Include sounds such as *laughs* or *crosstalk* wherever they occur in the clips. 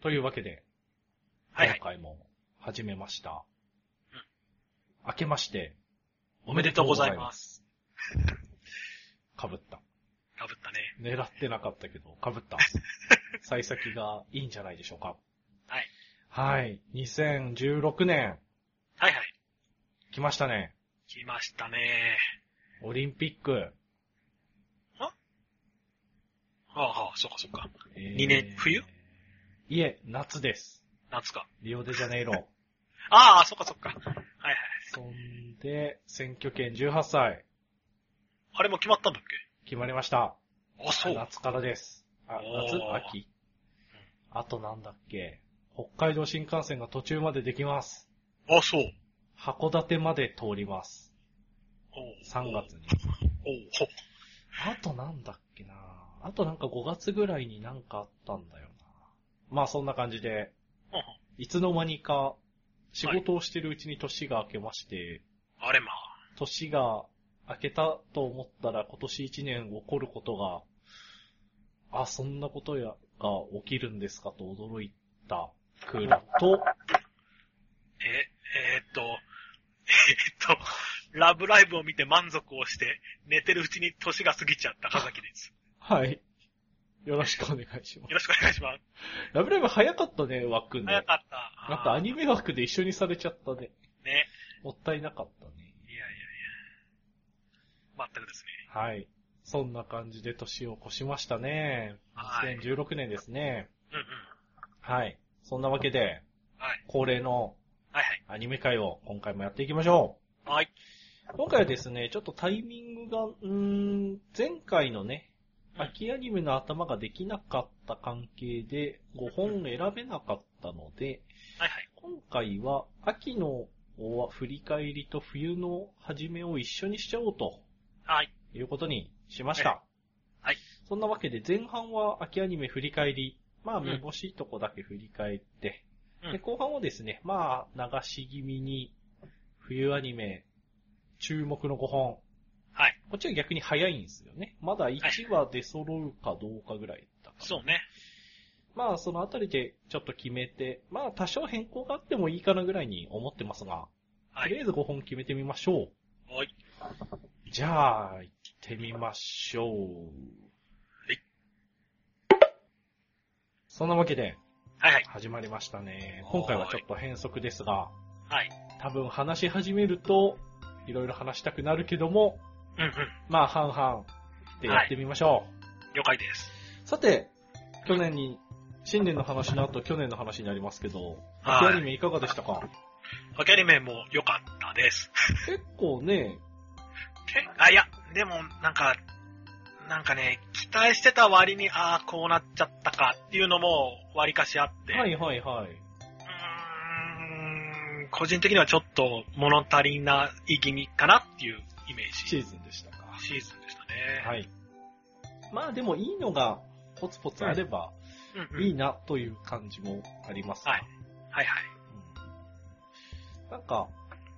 というわけで、はいは今い。回も始めました。明けまして、おめでとうございます。かぶった。かぶったね。狙ってなかったけど、かぶ *laughs* った。幸先がいいんじゃないでしょうか。はい。はい。2016年、はいはい。来ましたね。来ましたね。オリンピック。はあはあ、そうかそうか。えー二年冬いえ、夏です。夏か。リオデジャネイ *laughs* ロ。ああ、そっかそっか。はいはい。そんで、選挙権18歳、あれも決まったんだっ決まりました。けあ、そう。夏からです。あ、夏おー秋あとなんだっけ北海道新幹線が途中までできます。あ、そう。函館まで通ります。おう3月に。おうほうあとなんだっけなあとなんか5月ぐらいになんかあったんだよな。まあそんな感じで、ほういつの間にか仕事をしてるうちに年が明けまして、ほうあれまあ。年が明けたと思ったら今年1年起こることが、あ、そんなことやが起きるんですかと驚いたくら *laughs* と、え、えーっと、 *laughs* えーっと、ラブライブを見て満足をして、寝てるうちに年が過ぎちゃった葉崎 *laughs* です。はい。よろしくお願いします。よろしくお願いします。ラブライブ早かったね、枠早ね。かった。なんかアね。ニメ枠で一緒にされちゃったね。いやいやいもったいなかったね。や。全くですね。はい。そんな感じで年を越しましたね。はい2016年ですね。うんうん。はい。そんなわけで、はい。恒例のはいはい。アニメ会を今回もやっていきましょはい。う。今回はですね、ちょっとタイミングが、うーん、前回のね、うん秋アニメの頭ができなかった関係で、5本選べなかったので、はいはい。今回は秋の振り返りと冬の始めを一緒にしちゃおうとはい。ということにしました。はい。そんなわけで前半は秋アニメ振り返り、まあ、うんめぼしいとこだけ振り返って、うんで、後半はですね、まあ、流し気味に、冬アニメ、注目の5本。はい。こっちは逆に早いんですよね。まだ1話出揃うかどうかぐらいだから。そうね。まあ、そのあたりでちょっと決めて、まあ、多少変更があってもいいかなぐらいに思ってますが、はとりあい。えず5本決めてみましょう。はい。じゃあ、行ってみましょう。はい。そんなわけで、はいはい。始まりましたね。今回はちょっと変則ですが、はい。多分話し始めると、いろいろ話したくなるけども、うんうん。まあ半々でやってみましょう。了解です。さて、去年に、新年の話の後、去年の話になりますけど、は秋いアニメいかがでしたかわけアニメも良かったです。結構ね、けあ、いや、でも、なんか、なんかね、期待してた割に、ああ、こうなっちゃったかっていうのも、割かしあって、はいはいはい。うーん、個人的にはちょっと物足りない気味かなっていうイメージ。シシーズンでしたか。ーズンでしたね。はい。まあでもいいのが、ポツポツあれば、うんうんいいなという感じもありますがはいはいはい。うんなんか、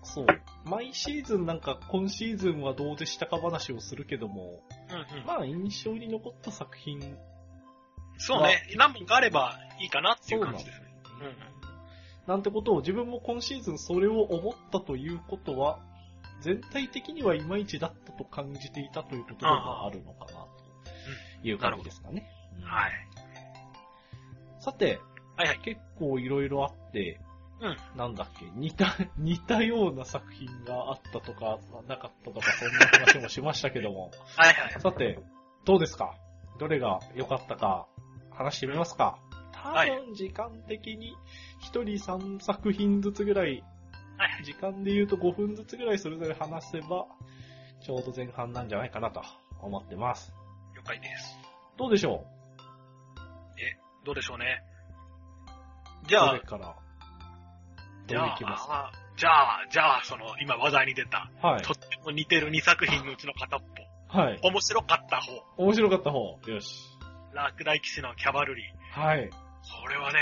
そう、毎シーズンなんか今シーズンはどうでしたか話をするけども、うんうんまあ印象に残った作品、そうね、何本かあればいいかなっていう感じですね。うんうんなんてことを自分も今シーズンそれを思ったということは、全体的にはいまいちだったと感じていたということでもあるのかなという感じですかね。うんはい。さて、はいはい。結構いろいろあって、うんなんだっけ、似た、 *laughs* 似たような作品があったとか、なかったとか、そんな話もしましたけど *laughs* も。はいはい。さて、どうですかどれが良かったか、話してみますか多はい分、時間的に、一人三作品ずつぐらい、はいはい。時間で言うと5分ずつぐらいそれぞれ話せば、ちょうど前半なんじゃないかなと思ってます。了解です。どうでしょどうでしょうね。うじゃどあれ、から、じどゃれいきますかあ、じゃあ、じゃあ、その、今話題に出た、はいと。っても似てる2作品のうちの片っはい。ぽ。面白かった方。面白かった方。よし。落第騎士のキャバルリー。はい。これはね、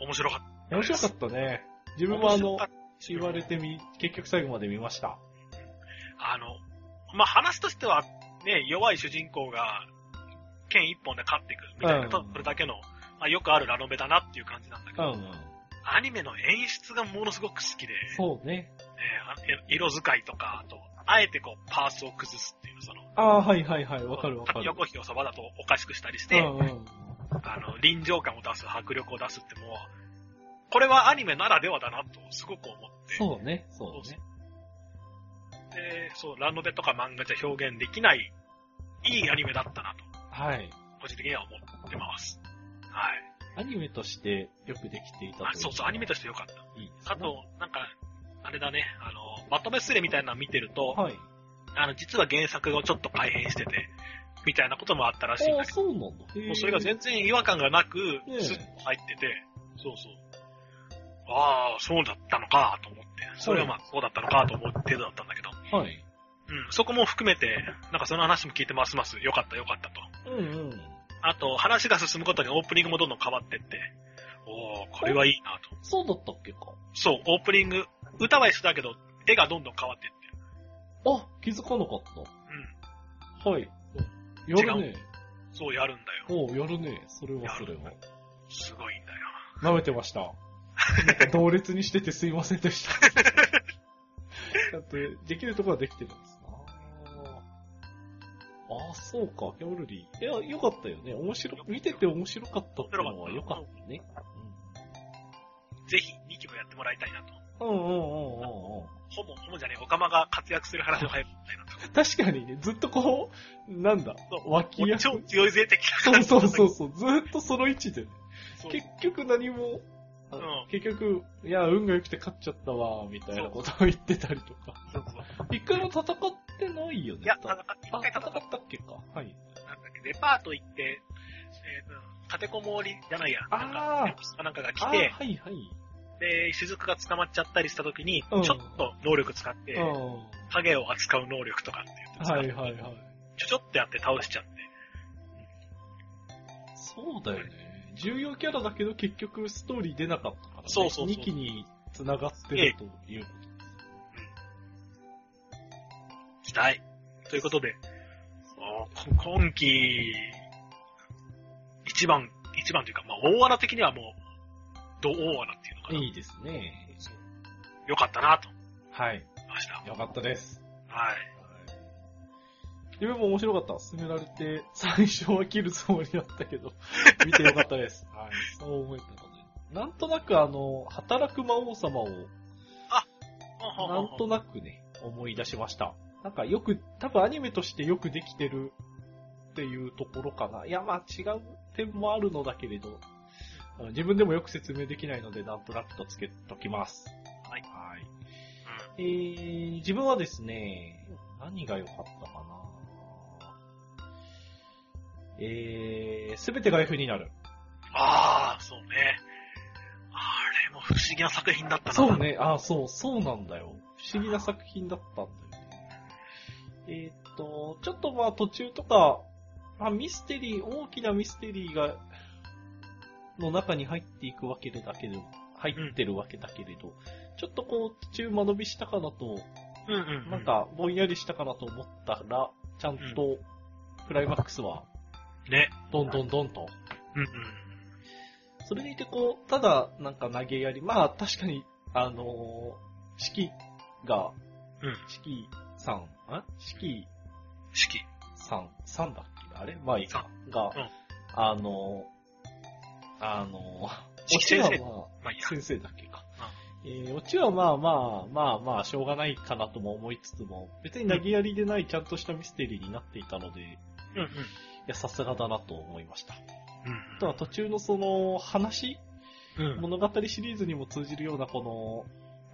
面白かった。面白かったね。自分もあ面白のかっ、た言われてみ、結局最後まで見ました。あの、まあ、話としては、ね、弱い主人公が、剣一本で勝っていくみたいうな、んただそれだけのまあ、よくあるラノベだなっていう感じなんだけうど、んうん。アニメの演出がものすごく好きで、そうね。えーあえ色使いとか、あと、あえてこう、パースを崩すっていう、その、ああ、はいはいはい、わかるわかる。横広そばだとおかしくしたりしうて、んうん。あの、臨場感を出す、迫力を出すってもう、これはアニメならではだなと、すごく思って。そうね、そうね。で、そう、ラノベとか漫画じゃ表現できない、いいアニメだったなと、はい。個人的には思ってます。はい。アニメとしてよくできていたといあそうそう、アニメとしして良かった。ていいですねあ、と、なんか、あれだね、あの、まとめスレみたいなの見てると、はい。あの、実は原作をちょっと改変してて、みたいなこともあったらしいんあだあ、けど、そうなんだ。もうそれが全然違和感がなく、スッと入ってて、そうそう。ああ、そうだったのかと思って、それはまあ、そうだったのかと思う程度だったんだけど、然。はい。うん、そこも含めて、なんかその話も聞いてますます、よかったよかったと。うんうん。あと、話が進むことにオープニングもどんどん変わってって、おー、これはいいなと。そうだったっけか。そう、オープニング、歌は一緒だけど、絵がどんどん変わってって。あ、気づかなかっうた。はい。やるね。ん、そうやるんだおよ。うやるね。それはそれやはる。すごいんだよ。舐めてま *laughs* した。なんか同列にしててすいませんでした。だって、できるところはできてるんですな。ああ、そうか、ギャルリー。いや、よかったよね。面白、見てて面白かったっていうのはよかったね。ぜひ、2期もやってもらいたいなと。うんうんうんうんうんうん。ほぼ、ほぼじゃねえ、オカマが活躍する話を早く見たいなと。確かにね、ずっとこう、なんだ、脇俺役。超強いぜ的なそうそうそうそう、ずーっとその位置でね。そう結局何も、あうん結局、いや、運が良くて勝っちゃったわ、みたいなことを言ってたりとか。そうそう一回も戦ってないよね。いや、た戦って、一あ、回戦戦ったんだったっけか。はい。っけデパート行って、えーと、立てこもりじゃないや、あーなんか、エピスかなんかが来あて、はいはい。で、雫が捕まっちゃったりした時に、うんちょっと能力使って、うん。影を扱う能力とかって言って使っはいて、はいはい。ちょちょってやって倒しちゃって、そうだよね。重要キャラだけど結局ストーリー出なかったから、ね。そうそうそう2期に繋がってるというこ期待。ということで、おーこ今季、一番、一番というか、まあ、大穴的にはもう、ど大穴っていうのかと。な。いいですね。そうよかったなとはい。思いました。よかったです。はい。自分も面白かった。勧められて、最初は切るつもりだったけ *laughs* ど、見てよかったです。はい。そう思えたので。なんとなくあの、働く魔王様を、なんとなくね、思い出しました。なんかよく、多分アニメとしてよくできてるっていうところかな。いや、まあ違う点もあるのだけれど、あの自分でもよく説明できないので、なんとなくとつけときます。はいはい。えー、自分はですね、何が良かったかなえー、すべてが F になる。ああ、そうね。あれも不思議な作品だったな。そう。ね、あー、そう、そうなんだよ。不思議な作品だったんだよね。えーっと、ちょっとまあ途中とか、まあミステリー、大きなミステリーが、の中に入っていくわけだけど、入ってるわけだけれど、ちょっとこう途中間延びしたかなとうんうん、うん。なん、か、ぼんやりしたかなと思ったら、ちゃんと、クライマックスは、ね。どんどんどんと。うんうん。それでいて、こう、ただ、なんか投げやり、まあ、確かに、あのー、四季が、うん。四季さん、あ四季式。さん、さんだっけあれまあいいか。がうん、あのー、あのー、四季先オチ生はまあまあいいや。先生だっけか。えー、オチはまあまあ、まあまあ、しょうがないかなとも思いつつも、別に投げやりでないちゃんとしたミステリーになっていたので、いうんうん。や、さすがだなと思いました。あとうは途中のその、話、 *laughs* ん。うん。物語シリーズにも通じるようなこ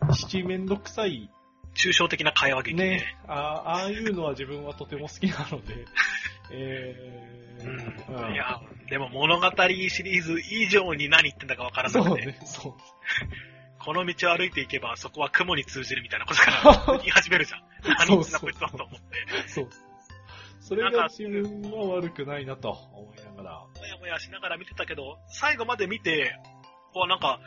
の、七面倒くさい、抽象的な会話劇ね。ね、あああいうのは自分はとても好きなので、 *laughs* えうー、ん。いや、でも物語シリーズ以上に何言ってんだかわからなそうくて、ね、 *laughs* そう。この道を歩いていけばそこは雲に通じるみたいなこ *laughs* とから言い始めるじゃん。何言ってんだこいつはと思って。そうそうそれが自分は悪くないなと思いながら。もやもやしながら見てたけど、最後まで見て、こうなんか、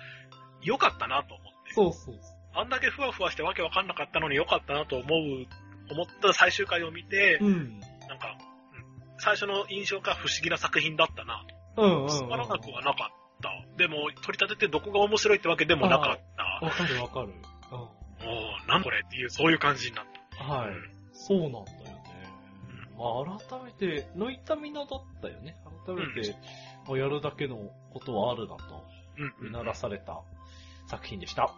良かったなと思って。そうそうそあんだけふわふわしてわけわかんなかったのに良かったなと思う、思った最終回を見てう。、うん。なんか、うん最初の印象が不思議な作品だったなと。ううんうん、うん。つまらなくはなかった。でも、取り立ててどこが面白いってわけでもなかった。わかるわかる。うん。もう、なんこれっていう、そういう感じになった。はい。そうなんだよね。まあ、改めて、抜いたみなだったよね。改めて、まあやるだけのことはあるなと、うん。ううん。なはいら。された作品でした。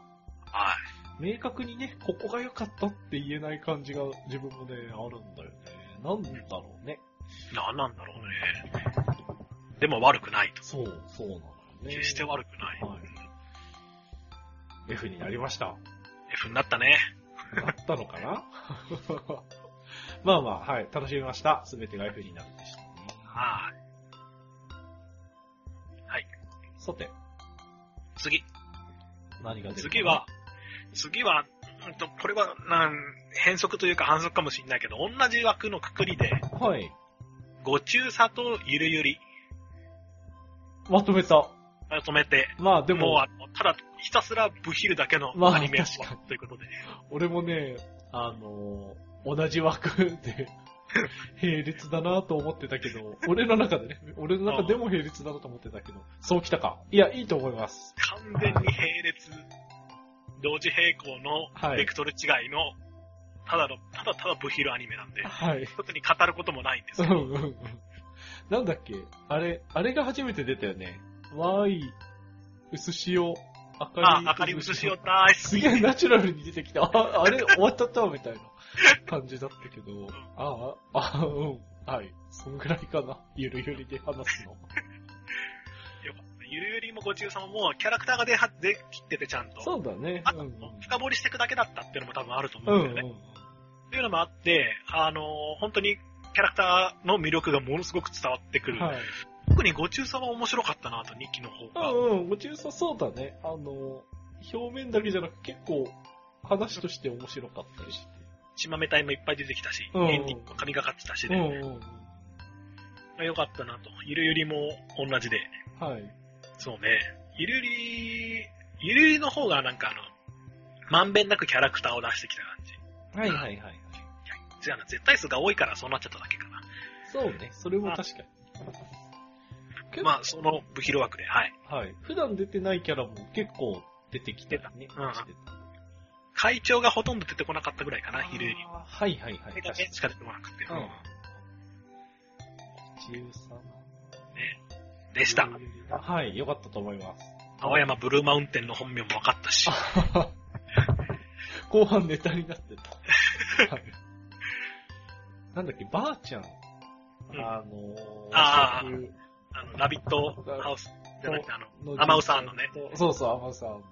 明確にね、ここが良かったって言えない感じが自分もね、あるんだよね。なんだろうね。なんなんだろうね。でも悪くないと。そう、そうなんだね。決して悪くない。はい F になりました。 F になったね。なったのかなまあまあ、はい。楽しみました。すべてが F になるでしたね。はい。さて、次。何が出るかな次は、、次は、うんと、これは、なん、変則というか反則かもしれないけど、同じ枠のくくりで、はい。ご中佐とゆるゆり、まとめた。まとめて、まあでもうも、あの、ただ、ひたすらブヒるだけのまあアニメを確かにということで。俺もね、あのー同じ枠 *laughs* で、並列だなと思ってたけど、俺の中でね、俺の中でも並列だなと思ってたけど、そうきたか。いや、いいと思います。完全に並列、同時並行はの、いベクトル違いの、ただの、ただただブヒるアニメなんで、はい。特に語ることもないんですうんけど、うんうん。なんだっけあれ、あれが初めて出たよね。わーい、薄塩、あかり。あ、あかりうすしお大好すき。げえナチュラルに出てきた。あ、あれ終わっちゃったわみたいな感じだったけど。ああ、あうん。はい。そんぐらいかな。ゆるゆるで話すの。よかったゆるゆりもご中佐ももうキャラクターが出は出きっててちゃんと。そうだね。あうんうん。深掘りしていくだけだったっていうのも多分あるとう思うんんだうんよね。っていうのもあって、あのー本当にキャラクターの魅力がものすごく伝わってくうん。る。はい。特にご中佐は面白かったなと、2期の方うが。んうん。ご中佐そうだね。あの、表面だけじゃなく結構話として面白かったりして。血豆隊もいっぱい出てきたし、うんエンディングも神がかってたしうね。んまうんあよかったなと。ゆるゆりも同じで。うん。はい。そうね。ゆるり、ゆるりの方がなんかあの、まんべんなくキャラクターを出してきた感じ。はいはいはい。違うな、絶対数が多いからそうなっちゃっただけかな。そうね。それも確かに。結構まあ、そのブヒロ枠で、はい。はい。普段出てないキャラも結構出てきてたね。出たうんしてた会長がほとんど出てこなかったぐらいかな、ゆるゆり。あーはいはいはい。それだけしか出てこなかったよ。うん。13でした。はい、よかったと思います。青山ブルーマウンテンの本名も分かったし。 *laughs* 後半ネタになってた。はいなんだっけ、ばあちゃん。うんあのー、あーシェフあの、ラビットハウスじゃなくて、あの、のアマウさんのね。そうそう、アマウさんの。う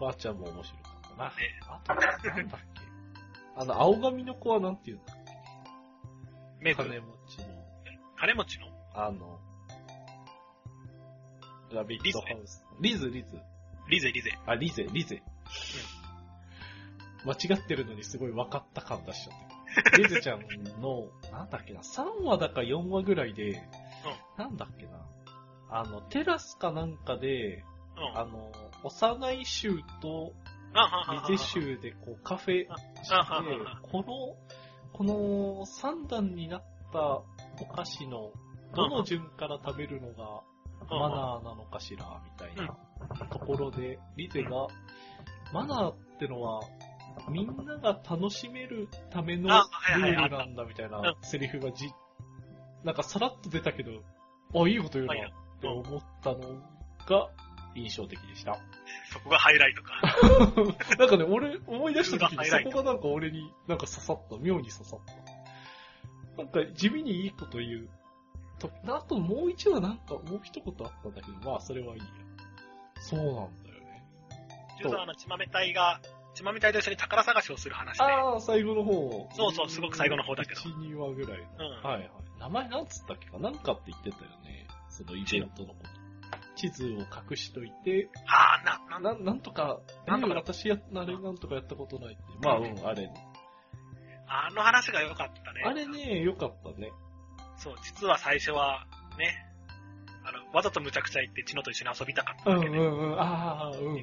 ばあちゃんも面白かったな。ねあと、なんだっけ。あの、青髪の子はなんて言うんだっん。メけイク、金持ちの、金持ちのあの、ラビッリトゼハウス。リズ、リズ。リゼリゼ。あ、リゼ、リゼ。間違ってるのにすごい分かった感出しちゃった。リゼちゃんの、なんだっけな、3話だか4話ぐらいで、なんだっけな、あの、テラスかなんかで、うん。あの、幼い衆とあリゼ州でこうカフェして、あこの、この3段になったお菓子の、どの順から食べるのがマナーなのかしら、みたいなところで、リゼが、マナーってのは、みんなが楽しめるためのルあはいはいールなんだみたいなセリフがじ、なんかさらっと出たけど、あ、いいこと言うなはいって思ったのが印象的でした。そこがハイライ *laughs* トか。なんかね、俺、思い出した時にハイそライトこがなんか俺になんか刺さった、妙に刺さった。なんか地味にいいこと言う。とあともう一話なんか、もう一言あったんだけど、まあそれはいいや。そうなんだよね。ちょうどあの、血豆隊が、血豆隊と一緒に宝探しをする話で。ああ、最後の方。そうそうすごく最後の方だけど1、2話ぐらい。うん。はいはい。名前なんつったっけかなんかって言ってたよね。そのイベントのこと。地図を隠しといて、ああ、な、なんだ、ななんとか、なんとかえー私や、あれなんとかやったことないって。まあうん、あれ。あの話が良かったね。あれ。ね、良かったね。そう、実は最初は、ね、あの、わざとむちゃくちゃ言って、チノと一緒に遊びたかったうんうだけで、今んうん、ああ、うんうん。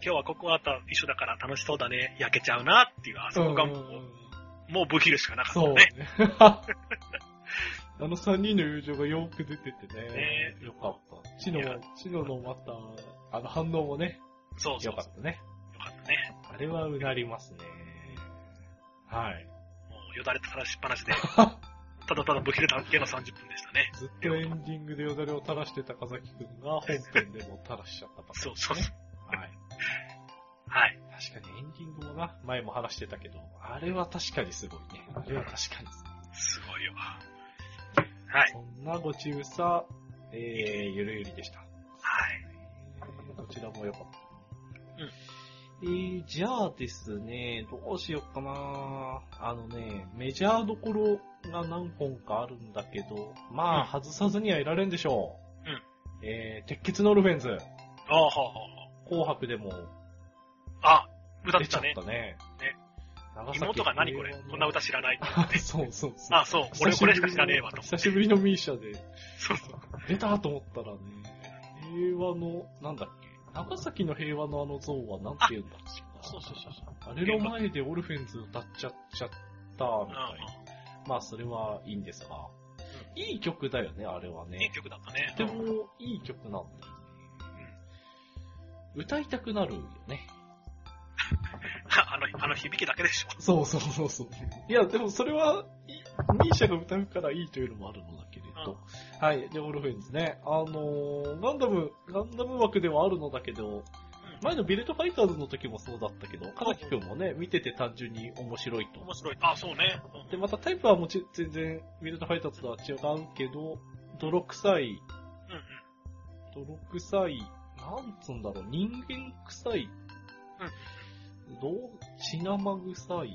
日はここはと一緒だから楽しそうだね、焼けちゃうなっていう、あそこがもう、うんうんうんもうブヒルしかなかったそうね。ね。あの3人の友情がよく出ててね。ねよかった。チノいや、チノのまた、あの反応もね、そうそようかそう。ったね。よかったね。あれはうなりますね。はい。もうよだれ垂らしっぱなしで、 *laughs* ただただぶ切れただけの30分でしたね。ずっとエンディングでよだれを垂らしてた風木く *laughs* んが本編でも垂らしちゃったパターそンうそうでそすうね。。はい。はい。確かにエンディングもな、前も話してたけど、あれは確かにすごいね。あれは確かにすごい。すごいよ。はい。そんなごちうさ、えー、ゆるゆりでした。はい。こちらも良かった。うん。えー、じゃあですね、どうしよっかなあのね、メジャーどころが何本かあるんだけど、まあ、外さずにはいられんでしょう。うん。えー、鉄血のオルフェンズ、ああ、ほうほうほう。紅白でもあ、歌っ出てちゃたっね。たね。ね長崎妹が何これ平和のこんな歌知らないって。あ *laughs* そうそうそう。あ、そう。俺これしか知らねえわと。久しぶりのミーシャで、そうそう。出たと思ったらね、平和の、なんだっけ、長崎の平和のあの像はなんて言うんだっけそうそうそうそう。あれの前でオルフェンズ歌っちゃっちゃった、みたいな。まあ、それはいいんですが、いい曲だよね、あれはいいね。曲だったね。とてもいい曲なんだよね。歌いたくなるよね。 *laughs* あの、あの響きだけでしょ。そうそうそうそう。いや、でもそれは、いミーシャが歌うからいいというのもあるのだけれど。はい。で、オルフェンズね。あのーガンダム、ガンダム枠ではあるのだけど、前のビルトファイターズの時もそうだったけど、岡崎くんもね、見てて単純に面白いと。面白い。あ、そうね。で、またタイプはもち全然ビルトファイターズとは違うけど、泥臭い、うんうん。泥臭い、なんつうんだろう、人間臭い、どう、血生臭い、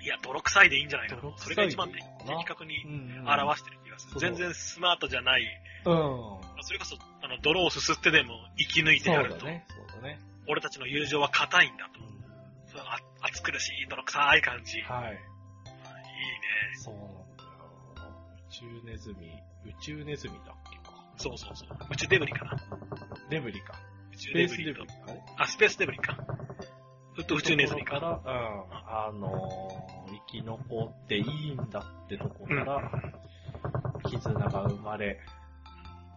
いや、泥臭いでいいんじゃないか泥な。臭いそれが一番的かな確にん表してる気がすそる。う全然スマートじゃない。うん。そうそれこそ、あの、泥をすすってでも生き抜いてやだると、ね、そうだね。俺たちの友情は硬いんだとう。んそうあ熱苦しい、泥臭い感じ。いいね。はい。そうなんだよ。宇宙ネズミ、宇宙ネズミだっけか。そうそうそう。宇宙デブリかな。デブリか。宇ス宙ペデーブスリデとブリ。あれあ、スペースデブリか。うっと宇宙ネズミかか。ら、うん、あのー生き残っていいんだってとこから、絆が生まれ、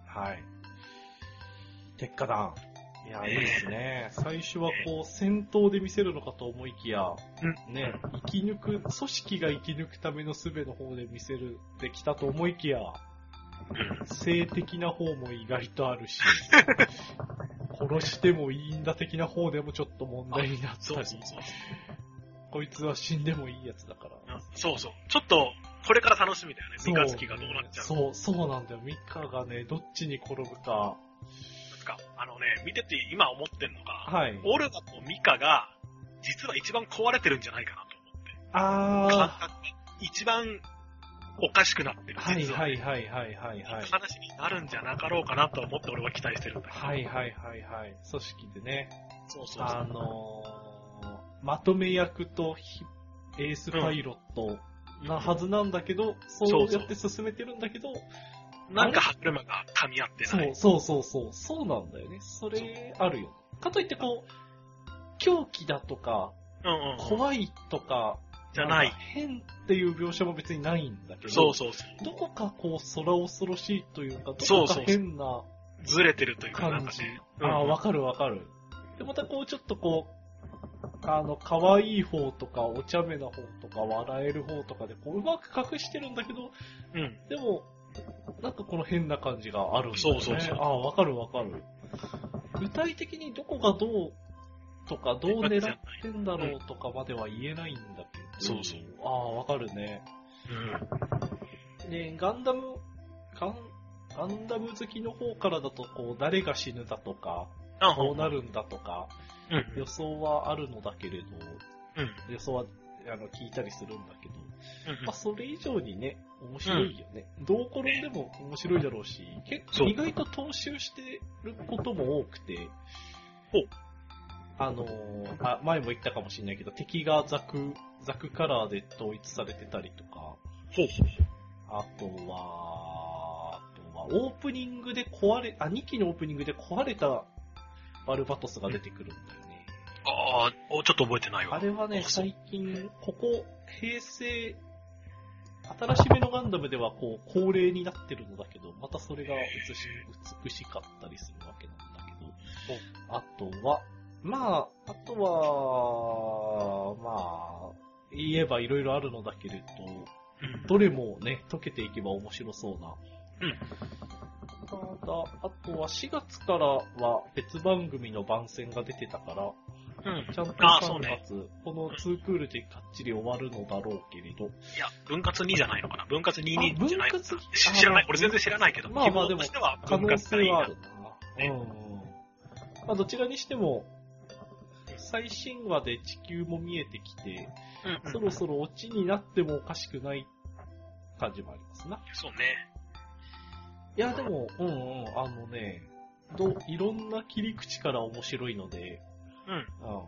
はい。鉄火団。いや、いいですね。最初はこう、戦闘で見せるのかと思いきや、ね、生き抜く、組織が生き抜くための術の方で見せる、できたと思いきや、性的な方も意外とあるし、 *laughs* 殺してもいいんだ的な方でもちょっと問題になったそうりそう、そう。こいつは死んでもいいやつだから。そうそう。ちょっと、これから楽しみだよね。そう三日月がどうなっちゃうのそう、そうなんだよ。ミカがね、どっちに転ぶか。か。あのね、見てて今思ってんのが、はい。オルガとミカが、実は一番壊れてるんじゃないかなと思って。感あ覚が一番おかしくなってる。ー。はい実ははいはいはいはいはい。話になるんじゃなかろうかなと思って俺は期待してるんだけど。はいはいはいはい。組織でね、そうそうそあう。のー、まとめ役とひエースパイロットなはずなんだけど、そうやって進めてるんだけど、なんか歯車が噛み合ってそなうい。そうそうそう、そうなんだよね。それあるよ。かといってこう、狂気だとか、うんうんうん。怖いとか、じゃないんか変っていう描写も別にないんだけど、そうそうそう。どこかこう、空恐ろしいというか、そどこうかそう変なずれてるというか、なん感かじね。。ああ、うんわかるわかる。で、またこう、ちょっとこう、あの、可愛い方とか、お茶目な方とか、笑える方とかで、こう、うまく隠してるんだけど、うん。でも、なんかこの変な感じがあるんだよね。そうそうそうああ、わかるわかる。具体的にどこがどうとか、どう狙ってんだろうとかまでは言えないんだけど。そうそう。ああ、わかるね。で、ガンダム、ガン、ガンダム好きの方からだと、こう、誰が死ぬだとか、あこほうなるんだとか、うん。予想はあるのだけれど、うん。うん予想は、あの、聞いたりするんだけど、まあ、それ以上にね、面白いよね。どう転んでも面白いだろうし、結そ構う意外と踏襲してることも多くて、ほうあのーあ、前も言ったかもしれないけど、敵がザク、ザクカラーで統一されてたりとか、ほうほうほう。あとは、あとは、オープニングで壊れ、あ、2期のオープニングで壊れたバルバトスが出てくるんだよね。ああ、おちょっと覚えてないわ。あれはね、そう最近、ここ、平成、新しめのガンダムではこう、恒例になってるのだけど、またそれが美し美しかったりするわけなんだけど、あとは、まあ、あとは、まあ、言えばいろいろあるのだけれど、どれもね、溶けていけば面白そうなうん。ただ、あとは4月からは別番組の番宣が出てたから、うん。ちゃんとあーそう3ね月、この2クールでかっちり終わるのだろうけれど、いや、分割2じゃないのかな。分割22じゃないあ分割知 *laughs* 知らない。俺全然知らないけど、まあまあ希望としては可能分割がい性いはあな。るな。うんうん。まあ、どちらにしても、最新話で地球も見えてきて、うんうんそろそろオチになってもおかしくない感じもありますな。そうね。いや、でも、うんうん、あのね、ど、いろんな切り口から面白いので、うん。うん。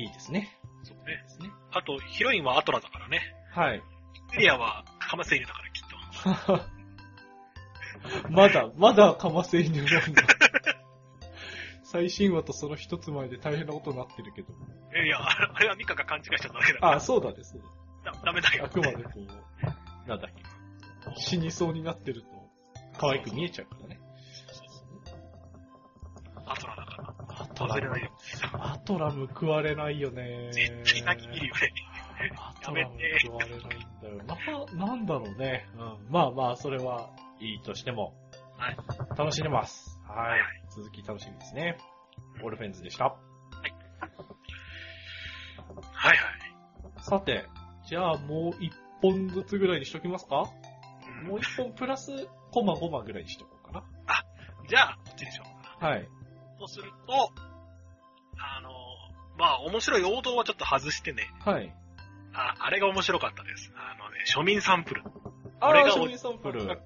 いいですね。そうね。ですね。あと、ヒロインはアトラだからね。はい。エリアはカマセイヌだからきっと。 *laughs* まだ、まだかませ犬なんだ。最新話とその一つ前で大変なことになってるけど。いや、あれあれはミカが勘違いしちゃっただけだから。あ、そうだね、そうだダメだだね。よ。あくまでこう、なんだっけ。死にそうになってると、可愛く見えちゃうからね。アトラだから。アト忘ラれないムよ。。アトラム食われないよね。絶対泣き見るよね。アトラム食われないんだよ。な、なんだろうね。うん。まあまあ、それはいいとしても。はい。楽しんでます。はいい。続き楽しみですね。オルフェンズでした。はいさて、じゃあもう一本ずつぐらいにしときますかはい。もう一本プラスコマ5マぐらいにしとこうかじゃあ、こっちでしょうか。な。はい。そうすると、あの、まあ、面白い王道はちょっと外してね、はい。ああれが面白かったです。あのね、庶民サンプル。あこれー、が庶民サンプル。学校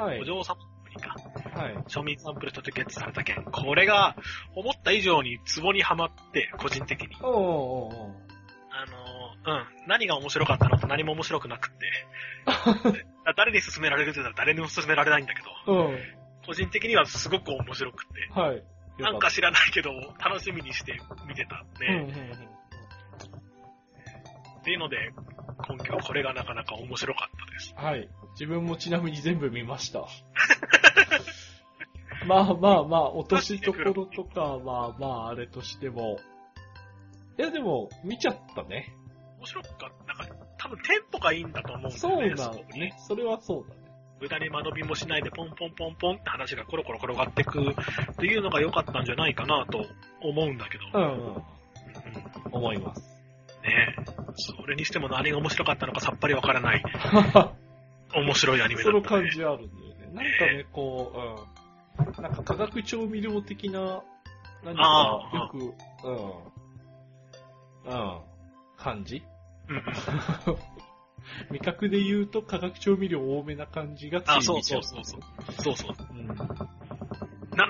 はいお。嬢様プリか。はい。庶民サンプルとて決された件。これが、思った以上にツボにはまって、個人的に。おーおーおーあの、うん。何が面白かったのか何も面白くなくて。 *laughs* だ誰に勧められるって言ったら誰にも勧められないんだけど、うん。個人的にはすごく面白くて。はい。よなんかかっ知らないけど、楽しみにして見てたんで、た。うんうんうん。っていうので、今季はこれがなかなか面白かったです。はい。自分もちなみに全部見ま *laughs* した。まあまあまあ、落としどころとかはまああれとしても。いやでも、見ちゃったね。面白かった。なんか、多分テンポがいいんだと思うんだそうよね。なんだすごくね。それはそうだね。無駄に間延びもしないで、ポンポンポンポンって話がコロコロ転がってくっていうのが良かったんじゃないかなと思うんだけど。うんねうん。思います。それにしても何が面白かったのかさっぱりわからない、面白いアニメだ *laughs* そっのた、感ね。じはあるんだよね。なんかね、こう、うん。なんか化学調味料的な、何かあ、ーよく、うん。うん。感じ *laughs* うんうん味覚で言うと化学調味料多めな感じがついあ、にそう見ちそゃ。うそうそう。そうそううん。う。なんだ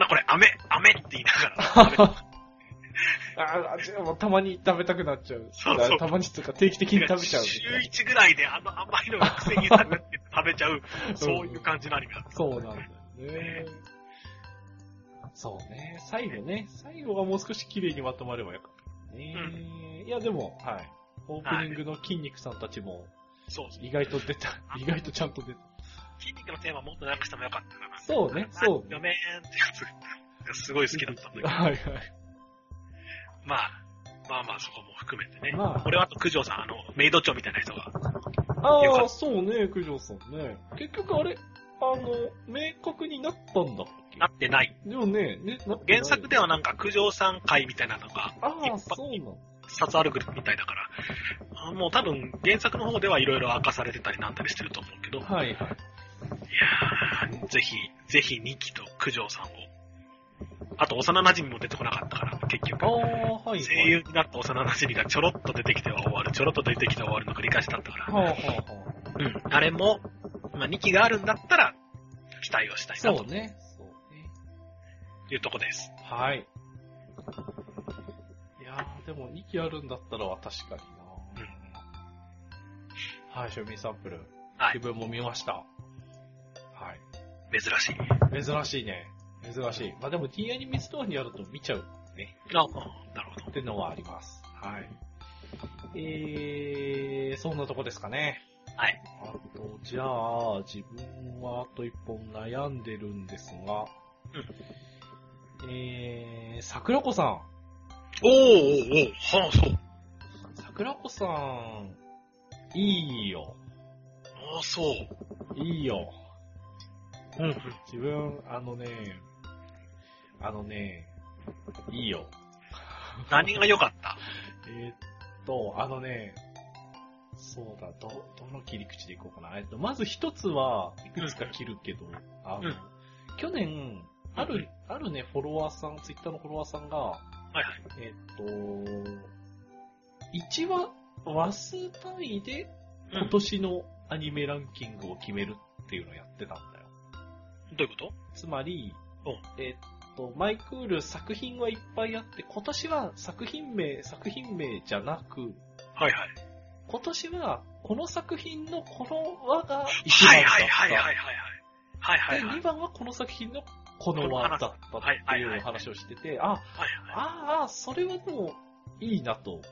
これ、飴飴って言いながら。あーあ、でもたまに食べたくなっちゃう。そうそうたまにとか定期的に食べちゃうみたいな。週1ぐらいであの甘いのが癖になるって食べちゃう、 *laughs* そういう感じのアニメだった。そうなんだよね。そうね。最後ね。最後がもう少し綺麗にまとまればよかったね。いや、でも、はい。オープニングの筋肉さんたちもそうそう。意外と出た。意外とちゃんと出た。筋肉のテーマもっとなくしてもよかったかな。そうね、そう画ね。面ってやつがすごい好きだったんだけど。はいはい。まあ、まあまあそこも含めてね。まあ俺はあと九条さん、あの、メイド長みたいな人が。よかあったあ、そうね、九条さんね。結局あれ、あの、明確になったんだっなってない。けでもね、ね、なってない原作ではなんか九条さん会みたいなのがあいっぱあ、いそうなんだ。一つあるグループみたいだから、あもう多分原作の方ではいろいろ明かされてたりなんだりしてると思うけど、はいはい。いやーぜひ、ぜひ2期と九条さんを。あと幼馴染も出てこなかったから、結あ局。あ、はいはい。声優になった幼馴染がちょろっと出てきては終わる、ちょろっと出てきては終わるの繰り返しだったから。はあはあはあ。うん。あれも、まあ、2期があるんだったら、期待をしたいなそとうね。そうね。いうとこです。はい。いやー、でも2機あるんだったらは確かになはい、庶民サンプル。はい自分も見ました。はい。珍しい。珍しいね。珍しい。まあでも T アニメストアにあると見ちゃうね。あ、なるほどっ。てのはあります。はい。えー、そんなとこですかね。はい。あと、じゃあ、自分はあと一本悩んでるんですが、えー、桜子さん。おーおーおー、はあ、そう。桜子さん、いいよ。ああ、そう。いいよ。うん、うん。自分、あのね、あのね、いいよ。何が良かったえーっと、あのね、そうだ、ど、どの切り口でいこうかな。えっと、まず一つは、いくつか切るけど、あの、うん去年、ある、あるね、フォロワーさん、ツイッターのフォロワーさんが、はいはい。えっと、1話、話数単位で今年のアニメランキングを決めるっていうのをやってたんだよ。どういうことつまりうん、えっと、マイクール作品はいっぱいあって、今年は作品名、作品名じゃなく、はいはい。今年はこの作品のこの輪が1は番いはいはいだはっいはい。はいた。はいで、はい。はい2番はこの作品のこの輪だったっていう話をしてて、あ、はい。ああ、それはでもいいなとおう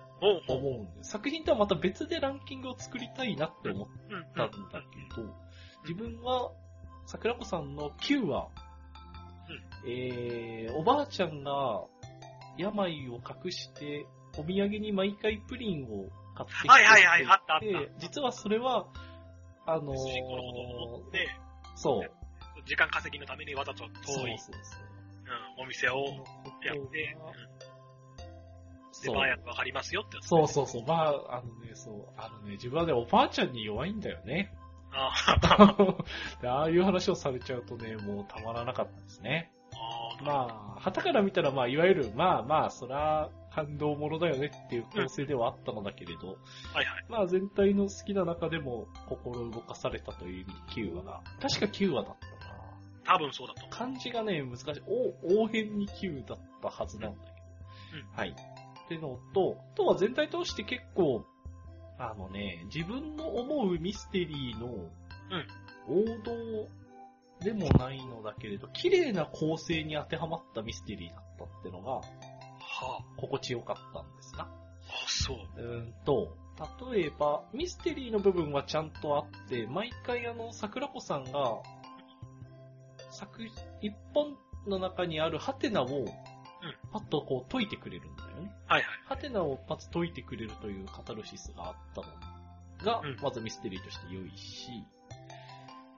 おう。思うんで、作品とはまた別でランキングを作りたいなって思っうんうん。たんだけど、自分は桜子さんの9話、えー、おばあちゃんが病を隠して、お土産に毎回プリンを買ってきてはいはいはいあったあったで実はそれは、あのー主人公のことを思って、そう、時間稼ぎのためにわざとそう遠い、そうそうん、お店をう。やっのことて、がで、そうまあやっぱわかりますよってやつ。そうそうそう、まあ、あのね、そう、あのね、自分はね、おばあちゃんに弱いんだよね。あ *laughs* でああいう話をされちゃうとね、もうたまらなかったですね。あ、まあ、まあ、旗から見たら、まあ、いわゆる、まあまあ、そら、感動ものだよねっていう構成ではあったのだけれど、はいはい。まあ、全体の好きな中でも、心動かされたという意味、9話が。確か9話だったかな。多分そうだと思う。漢字がね、難しい。お、応変に9だったはずなんだけど。うはい。ってのと、あとは全体通して結構、あのね、自分の思うミステリーの、王道でもないのだけれど、綺麗な構成に当てはまったミステリーだったってのが、はあ、心地よかったんですな。あ、そう。うーんと、例えば、ミステリーの部分はちゃんとあって、毎回あの、桜子さんが、作、一本の中にあるハテナを、パッとこう解いてくれるんだよね。はいはい。ハテナを一発解いてくれるというカタルシスがあったのがうん、まずミステリーとして良いし、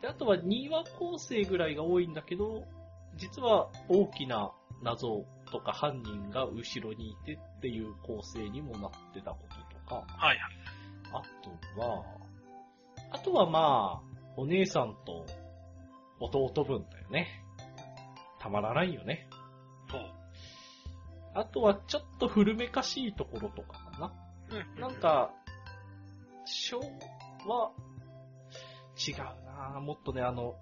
で、あとは2話構成ぐらいが多いんだけど、実は大きな謎とか犯人が後ろにいてっていう構成にもなってたこととか、はいはい。あとは、あとはまあ、お姉さんと弟分だよね。たまらないよね。ほう。あとはちょっと古めかしいところとかかな。うんなん、か、昭和、違うなぁもっとね、あの、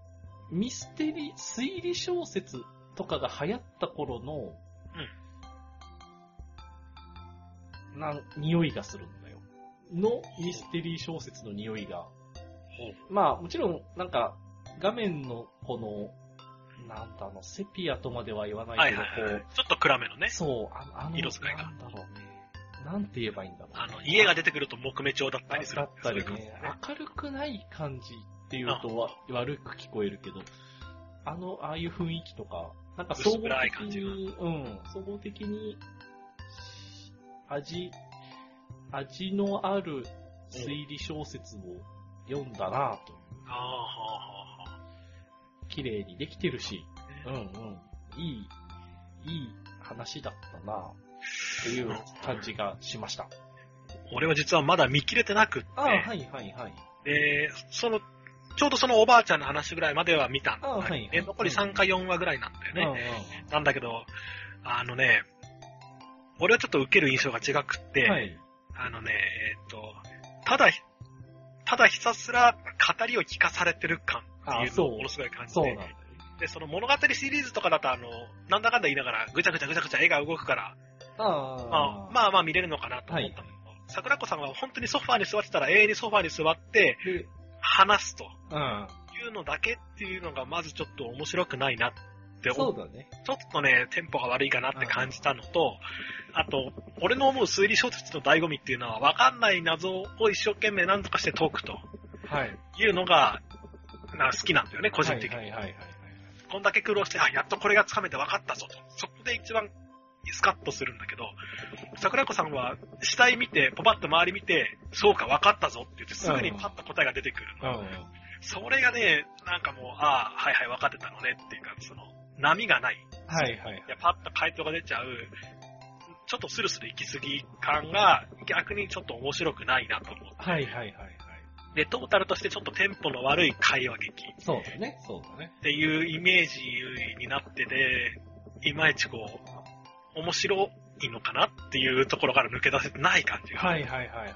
ミステリー、推理小説とかが流行った頃の、なん、匂いがするんだよ。のミステリー小説の匂いが。ほう。まあ、もちろん、なんか、画面のこの、なんだあの、セピアとまでは言わなはいいけど、はいはいはこい。ちょっと暗めのねう、。そう、あの、あの色使いがなんだろうね。なんて言えばいいんだろう。あの、家が出てくると木目調だったりすだる。ったりそういう感じね、明るくない感じっていうとわ悪く聞こえるけど、あの、ああいう雰囲気とか、なんか総合薄暗い感的じがに、うん、総合的に、味、味のある推理小説を読んだなぁという。ああ、はあ、はあ、は綺麗にできてるし、あ。うんうん、いい、いい話だったなぁっていう感じがしました。俺は実はまだ見切れてなくって、ああ、はいはいはい。で、その、ちょうどそのおばあちゃんの話ぐらいまでは見たんだ、あはいはいで残り3か4話ぐらいなんだよね。なんだけど、あのね、俺はちょっと受ける印象が違くっうて、んうん、はい。あのね、えーっと、ただ、ただひたすら語りを聞かされてる感っていうのあそうをものすごい感じそうなてんだ、よ。で、その物語シリーズとかだと、あの、なんだかんだ言いながら、ぐちゃぐちゃぐちゃぐちゃ絵が動くから、あまあ、あ、まあまあ見れるのかなと思ったんだけど、桜子さんは本当にソファーに座ってたら永遠にソファーに座ってで、話すとうん。いうのだけっていうのがまずちょっと面白くないなって思そううだね。ちょっとね、テンポが悪いかなって感じたのと、あと、俺の思う推理小説の醍醐味っていうのは分かんない謎を一生懸命何とかして解くとはい。いうのが、な好きなんだよね、個人的に。はいはいはいはい。こんだけ苦労して、あ、やっとこれがつかめて分かったぞと。そこで一番スカッとするんだけど、桜子さんは死体見て、ポパッと周り見て、そうか分かったぞって言って、すぐにパッと答えが出てくるの。うそれがね、なんかもう、ああ、はいはい分かってたのねっていうか、その、波がない。ん。はいはいい。や、パッと回答が出ちゃう、ちょっとスルスル行き過ぎ感が、逆にちょっと面白くないなと思う。はいはいはいはい。で、トータルとしてちょっとテンポの悪い会話劇。そうだね、そうだね。っていうイメージになってて、いまいちこう、面白いのかなっていうところから抜け出せてない感じが。はいはいはいはい。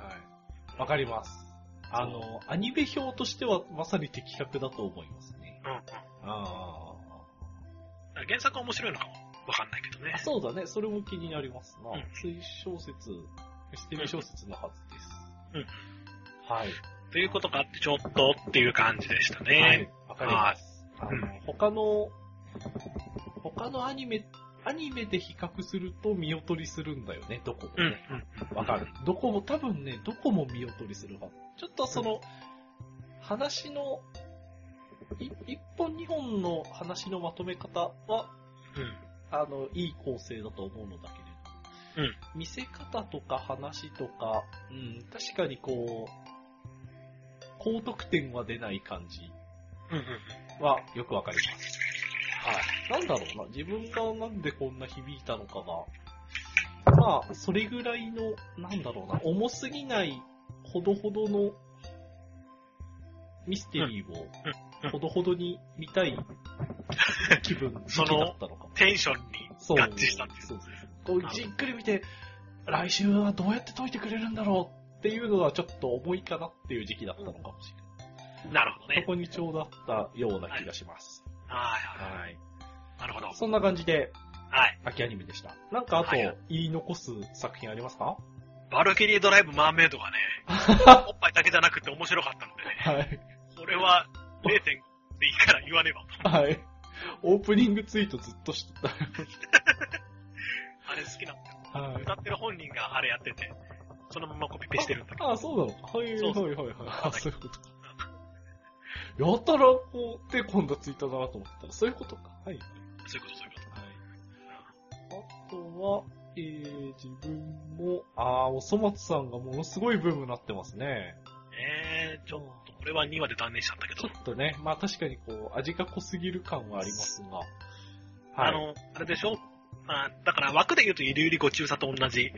わかります。あの、アニメ表としてはまさに的確だと思いますね。うんうん。あ原作は面白いのかも。わかんないけどねあ。。そうだね、それも気になりますな。うん推小説、ミステリー小説のはずです。うんはい。ということがあって、ちょっとっていう感じでしたはねい。、わかります。あいの、他の、他のアニメ、アニメで比較すると見劣りするんだよね、どこもうんうんね。うん。わ、かる。どこも、多分ね、どこも見劣りするはず。ちょっとその、話の、い一本二本の話のまとめ方は、うん。あの、いい構成だと思うのだけれど。見せ方とか話とか、うん、確かにこう、高得点は出ない感じうんうんうん。はよくわかります。はい。なんだろうな、自分がなんでこんな響いたのかが、まあ、それぐらいの、なんだろうな、重すぎない、ほどほどのミステリーをうん、ほどほどに見たい気 *laughs* 分、その時期だったのかも。テンションにそう。合致したんです。そうそうそうこうじっくり見て、来週はどうやって解いてくれるんだろうっていうのはちょっと重いかなっていう時期だったのかもしれない。なるほどそね。こにちょうどあったような気がします。はいはいははい。い。なるほど。そんな感じで、はい。秋アニメでした。なんかあとはい、言い残す作品ありますかバルキリードライブマーメイド *laughs* がね、おっぱいだけじゃなくて面白かったのはでね、い。それは0.5でいいから言わねばと。はい。オープニングツイートずっとしてあれ好きなんだよ。た。はい。歌ってる本人があれやってて、そのままコピペしてるんだけど。ああ、そうなのか。はい、はそいうそはいはい。あそういうことか。やたらこう、手込んだツイートだなと思ってたら、そういうことか。はい。そういうこと、そういうこはい。あとは、えー、自分も、あー、おそ松さんがものすごいブームになってますね。と。えー、ちょっとこれは2話で断念しちゃったけちょど、っとね、まあ確かにこう、味が濃すぎる感はありますが。はい。あの、あれでしょまあ、だから枠で言うとゆりゆりご中佐と同じ、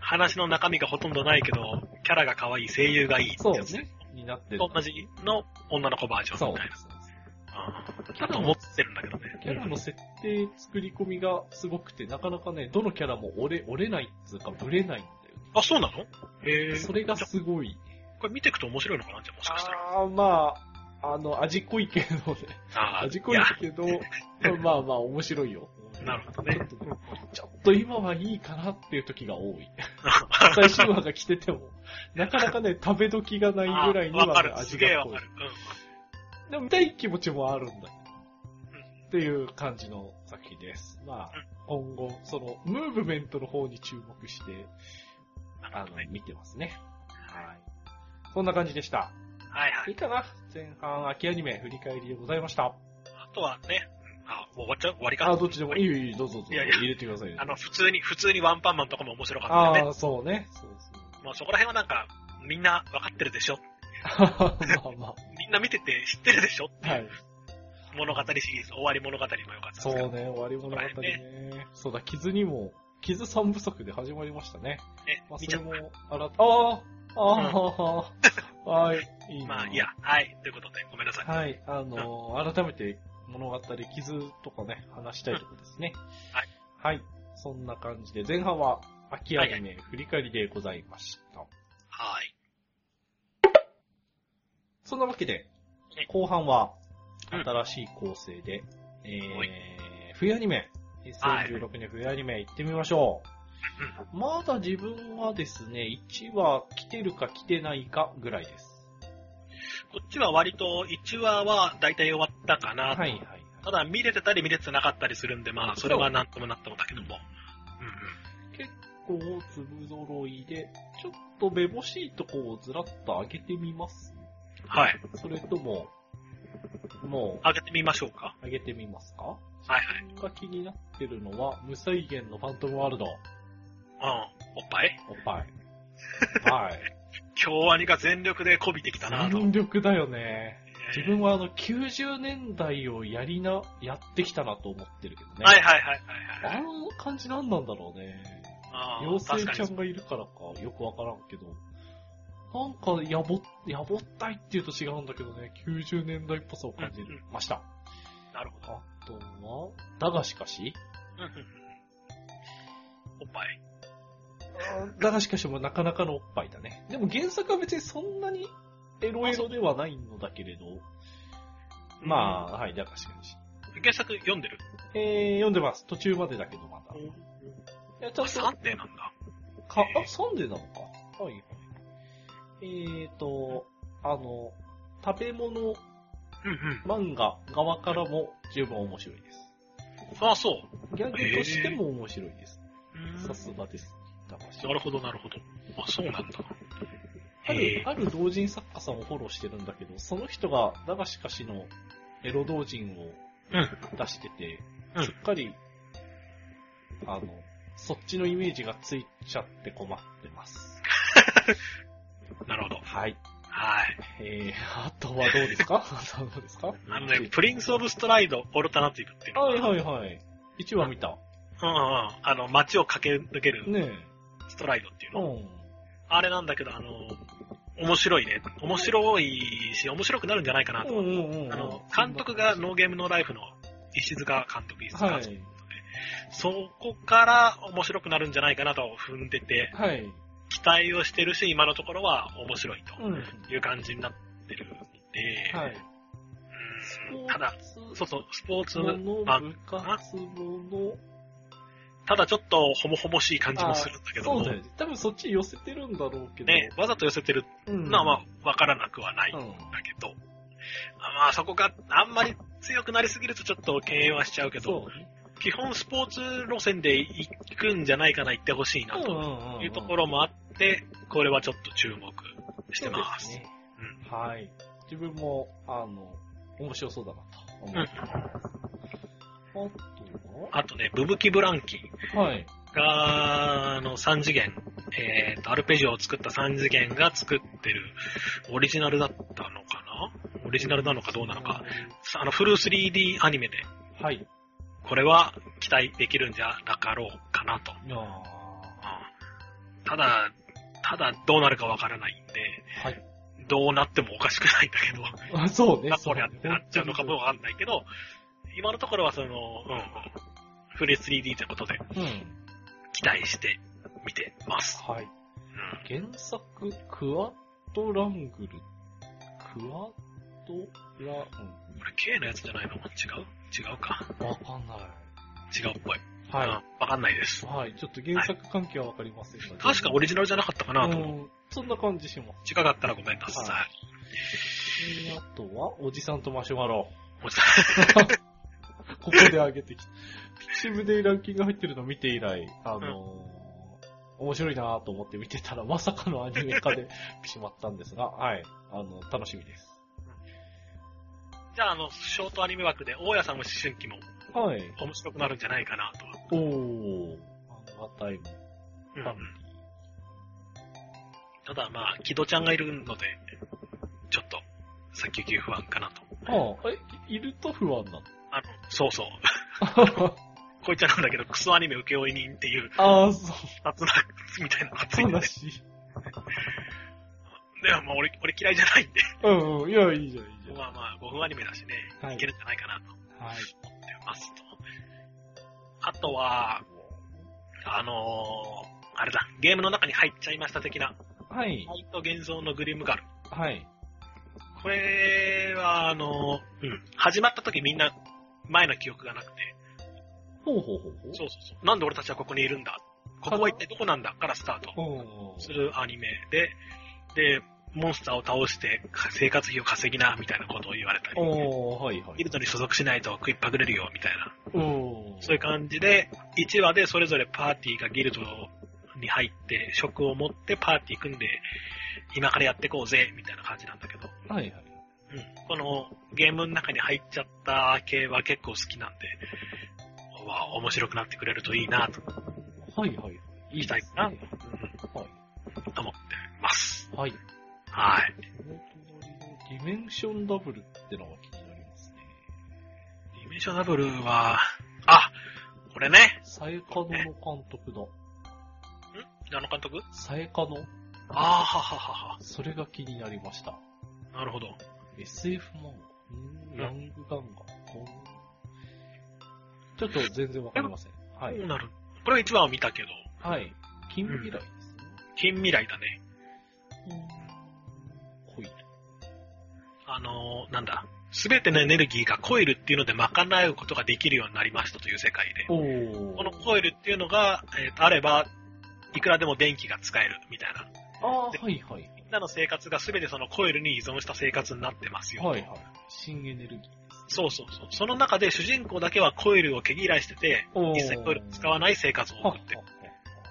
話の中身がほとんどないけど、キャラが可愛い、声優がいいってそうやつね。になってると。同じの女の子バージョンそうみたいですな。うんだと思ってるんだけどね。キャラの設定作り込みがすごくて、なかなかね、どのキャラも折れ、折れないっつうか、ぶれないんだよあ、そうなのえね。ー、それがすごい。これ見ていくと面白いのかなじゃあもしかしたら。あー、まあ、あの、味濃いけどね。あー味い濃いや、け *laughs* ど、まあまあ、面白いよ。なるほどね。ちょっとちょっと今はいいかなっていう時が多い。最終話が来てても、なかなかね、食べ時がないぐらいにあー *laughs* はわかね、る、す味げえがわ濃いか。る。うん。でも見たい気持ちもあるんだ。っていう感じの作品です。まあ、今後、その、ムーブメントの方に注目して、なるあほのどね、見てますね。はい。そんな感じでした。はいはいいい。かな前半、秋アニメ振り返りでございました。あとはね、あ、もう終わっちゃう終わりかあ、どっちでもいいよいいよ、どうぞどうぞ。いやいや入れてくださいよあ。の、普通に、普通にワンパンマンとかも面白かったよあね。あ、そうね。そうそう。もうそこら辺はなんか、みんな分かってるでしょ *laughs* まあまみんな見てて知ってるでしょあ。はい。物語シリーズ、終わり物語も良かったですそうけど。ね、終わり物語そうだね。そうだ、傷にも、傷三部作で始まりましたね。ねまあ、見そちゃれっも、あら、ああ、あ *laughs* あ、はい、いいた。な。まあ、いいや、はい。ということで、ごめんなさい。はい、あのー改めて物語、傷とかね、話したいところですね。はい。はい、そんな感じで、前半は、秋アニメ振り返りでございました。はい。そんなわけではい、後半は、うん新しい構成で、はいえー、冬アニメ、2016年冬アニメ行ってみましょうん。う。まだ自分はですね、1話来てるか来てないかぐらいです。こっちは割と、1話は大体終わったかな。はいはいはい。ただ、見れてたり見れてなかったりするんで、まあ、それはなんともなってもだけども。うんうん。結構粒揃いで、ちょっとめぼしいとこをずらっと上げてみます。はい。それとも、も上げてみましょうか。う、上げてみますかはいはい。僕が気になってるのは、無再現のファントムワールド。うん。おっぱいおっぱい。はい。 *laughs* 今日アニが全力で媚びてきたなと。全力だよね。え自ー分はあの、90年代をやりな、やってきたなと思ってるけどね。はいはいはいはいはい。あの感じなんなんだろうね。あー妖精確ちゃかにんがいるからか、よくわからんけど。なんか、やぼ、やぼったいっていうと違うんだけどね、90年代っぽさを感じうんうんました。なるほど。あとは、だがしかしうんうんうんおっぱい。だがしかしもなかなかのおっぱいだね。でも原作は別にそんなにエロエロではないのだけれど、まあ、はい、だがしかし。あ。原作読んでるえー、読んでます。途中までだけどまだ。いや、ちあ、ょっと、 3点なんだ。か、あ、サンデーなのか。はい。えーと、あの、食べ物うんうん。漫画側からも十分面白いです。ああ、そう。ギャグとしても面白いです。うんさすがです。だからなるほど、なるほど。あ、そうなんだ。あるへ、ある同人作家さんをフォローしてるんだけど、その人が、だがしかしのエロ同人をうん出してて、うんすっかり、あの、そっちのイメージがついちゃって困ってます。えなるほど。はい。はい。えー、あとはどうです *laughs* かあとはどうですかあのね、プリンス・オブ・ストライド・オルタナティブっていうのがはいはいはい。1話見た。うんうんうん。あの、街を駆け抜けるねえ。ストライドっていううの。ん。あれなんだけど、あの、面白いね。面白いし、面白くなるんじゃないかなと。うんうんうん。あの、監督がノーゲームノーライフの石塚監督、石塚監は督、い。そこから面白くなるんじゃないかなと踏んでて、はい。期待をしてるし、今のところは面白いうん。という感じになってるんで、はい。うんただ、そうそう、スポーツその部漫活動のただちょっとほもほもしい感じもするんだけどそもうだよね。多分そっち寄せてるんだろうけど。ね、わざと寄せてるうんのはまあ、わからなくはないんうだん。けど、あまあそこがあんまり強くなりすぎるとちょっと敬遠はしちゃうけどそ、うね。基本スポーツ路線で行くんじゃないかな、行ってほしいなとんいうところもあって、これはちょっと注目してます。そうでねうんはい。自分も、あの、面白そうだなと思ってます。ああとね、ブブキ・ブランキとははい。が、あの、3次元、えっ、と、アルペジオを作った3次元が作ってる、オリジナルだったのかなオリジナルなのかどうなのか、あの、フル 3D アニメで、はい。これは期待できるんじゃなかろうかなと。うんいやーただ、ただどうなるかわからないんで、はい。どうなってもおかしくないんだけど、あ *laughs* そうね。なこりゃってなっちゃうのかもわかんないけど、今のところはその、うんうん、フル 3D ということでうん。期待して見てます。はい。うん原作、クワッドラングル。クワッドランこれ K のやつじゃないの違う違うか。グル。わかんない。違うっぽい。はい。うんわかんないです。はい、ちょっと原作関係はわかりませんが。確かオリジナルじゃなかったかなとう思う。んそんな感じしま違かったらごめんなさ。はいす。えーあとは、おじさんとマシュマロ。おじさここで上げてきた。ピチブでランキング入ってるの見て以来、あのー面白いなぁと思って見てたら、まさかのアニメ化で *laughs* しまったんですが、はい、あの、楽しみです。んじゃあ、あの、ショートアニメ枠で、大家さんも思春期もはい。面白くなるんじゃないかなと。おー、漫画タイム、うフんァミただまあ、木戸ちゃんがいるので、ちょっと、先行き不安かなと。リー。ああ、え、いいると不安なのあの、そ *laughs* うそう。こいつはなんだけど、クソアニメ請負人っていう、ああ、そう、雑な、みたいなのがついて悲て。しい。でもまあ、俺、俺嫌いじゃないんで。うんうん、いや、いいじゃん、いいじゃん。まあまあ、5分アニメだしね、はいいけるんじゃないかなと思はい。ってますと。あとは、あのー、あれだ、ゲームの中に入っちゃいました的な、はいハ。イト現像のグリムガル。はい。これは、あのー、うん、始まった時みんな前の記憶がなくて、ほうほうほうほう。そうそうそう、なんで俺たちはここにいるんだ、ここは一体どこなんだからスタートうん。するアニメで、で、モンスターを倒してか生活費を稼ぎな、みたいなことを言われたり、おー、はいはギい。ルドに所属しないと食いっぱぐれるよ、みたいな。おー。そういう感じで、1話でそれぞれパーティーがギルドに入って、職を持ってパーティー組んで、今からやってこうぜ、みたいな感じなんだけど、はいはい。うんこのゲームの中に入っちゃった系は結構好きなんで、わあ面白くなってくれるといいなと、はいはい。いいタイプなはい。と思ってます。はい。はい。その隣でディメンションダブルってのが気になりますね。ディメンショナブルは、あ、これね、サエカノの監督だ。あの監督サエカノああはははは。それが気になりました。なるほど。 SF 漫画うんヤングガンガンうんちょっと全然わかりません。はこうい。なる。これは一番は見たけど、はい。近未来です近未来だね。ね。濃い。あのーなんだ。すべてのエネルギーがコイルっていうので賄うことができるようになりましたという世界で。おー。このコイルっていうのが、えーとあれば、いくらでも電気が使えるみたいな。あー、はいはい。みんなの生活がすべてそのコイルに依存した生活になってますよ。はいはい。新エネルギー。そうそうそう。その中で主人公だけはコイルを毛嫌いしてて、お一切コイル使わない生活を送ってる。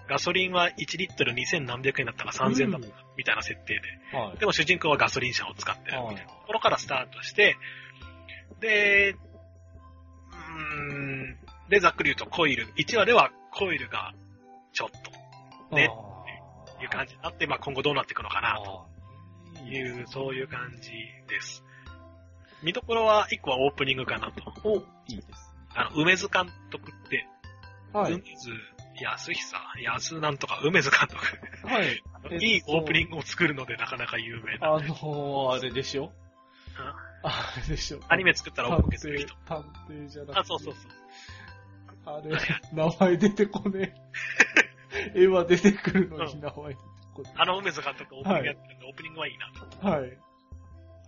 ガソリンは1リットル2000何百円だったか3000だったかみたいな設定で。はい。でも主人公はガソリン車を使ってるみたいはないところからスタートして、で、うーん、で、ざっくり言うとコイル、1話ではコイルがちょっとね、っいう感じになって、まあ今後どうなっていくのかなとという、そういう感じです。見どころは1個はオープニングかなと。お、いいです。あの、梅津監督って、はい。梅津安久、安なんとか梅津監督。はい。えっといいオープニングを作るのでなかなか有名あなの。ー、あれでしょあれでしょアニメ作ったら探大ボケする偵人。、探偵じゃなくて。あ、そうそうそう。あれ、名前出てこねえ。 *laughs* 絵は出てくるのうにん名前出てこねあの梅津監督オープニングやってるんで、オープニングはいいなと。え。はい。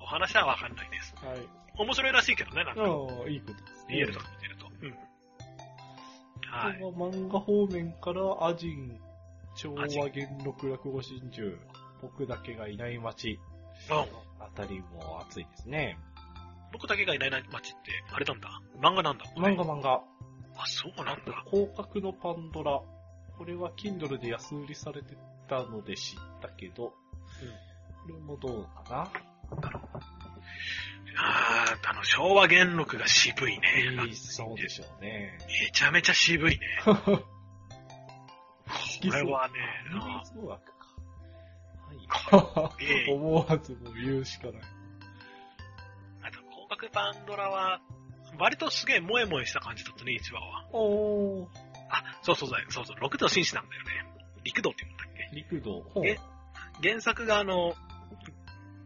お話はわかんないです。はい。面白いらしいけどね、なんか、ああ、いいことですね。 BL とか見てると。うん。はこい。こは漫画方面から、アジン、昭和元禄落語真珠、僕だけがいない街、うんあたりも熱いですね。僕だけがいない街って、あれなんだ。漫画なんだ。漫画漫画。あ、そうなんだ。広角のパンドラ。これは Kindle で安売りされてたので知ったけど、これもどうかあーあの、昭和元禄が渋いね。な。あいい、そうでしょうね。めちゃめちゃ渋いね。好こきれそう。はね、アあニメ増枠か。はえい。え思わずも言うしかない。あと、広角パンドラは、割とすげえ萌え萌えした感じだったね、一話は。おー。あ、そうそうそう、そうそう、六道紳士なんだよね。陸道って言うんだっけ陸道。え原作があの、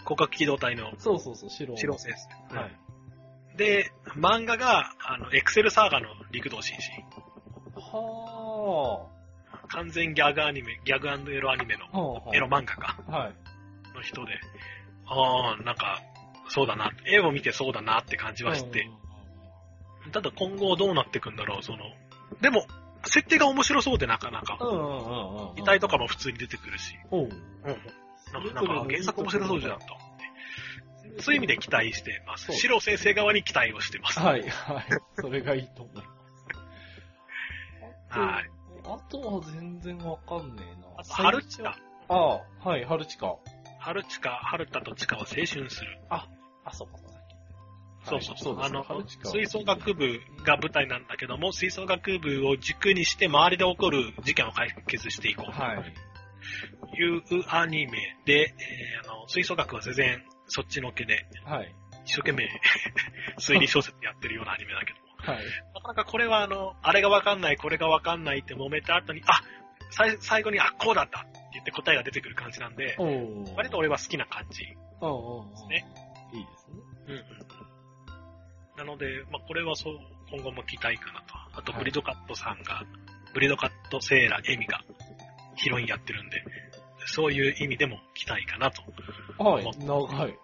広角機動隊のそうそうそう、白。白先生。はい。で、漫画が、あの、エクセルサーガの陸道紳士。は完全ギャグアニメ、ギャグエロアニメのあ。、はあエロ漫画か、はい。の人で。ああ、なんか、そうだな、絵を見てそうだなって感じはして。ただ今後どうなってくんだろう、その。でも、設定が面白そうでなかなかう。んうんうんうんうん。遺体とかも普通に出てくるし。おう。なんかなんか原作面白そうじゃんと。そういう意味で期待してますそう。シロ先生側に期待をしてます。はい、はい。それがいいと思います。。はいあとは全然わかんねえな。あと、春チ地カか。ああ、はい、春チカ春地か、春田と地下は青春する。あ、そうか、さっき。そうそうそう。であすねの春地、下吹奏楽部が舞台なんだけども、吹奏楽部を軸にして周りで起こる事件を解決していこうはい。というアニメで、えーあの吹奏楽は全然そっちのけで、はい。一生懸命 *laughs* 推理小説やってるようなアニメだけども。はい。なかなかこれはあの、あれがわかんない、これがわかんないって揉めた後に、あ最最後に、あ、こうだったって言って答えが出てくる感じなんで、おお。割と俺は好きな感じ。おうおうおうねいいですね。うんうんなので、まあ、これはそう、今後も期待かなと。あと、はいブリドカットさんが、ブリドカットセーラ、エミがヒロインやってるんで、そういう意味でも期待かなと。 *laughs* はいもっ。長い。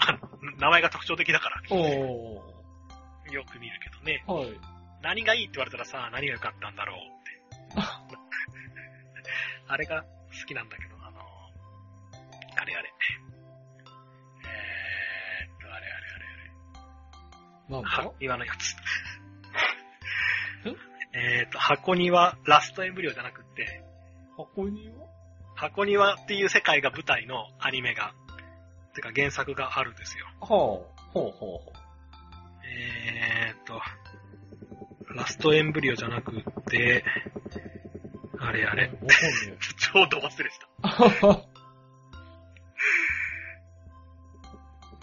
あの名前が特徴的だから、おおよく見るけどね。お。はい。何がいいって言われたらさ、何が良かったんだろうって。あれが好きなんだけど、あの、あれあれ。えーっと、あれあれあれ。なんだ箱庭のやつん。えっと、箱庭、ラストエンブリオじゃなくって、箱には箱庭っていう世界が舞台のアニメが、てか原作があるんですよ。ほう、ほうほうほえーっと、ラストエンブリオじゃなくて、あれ *laughs* あう。れ、わかんねちょうど忘れてた。え。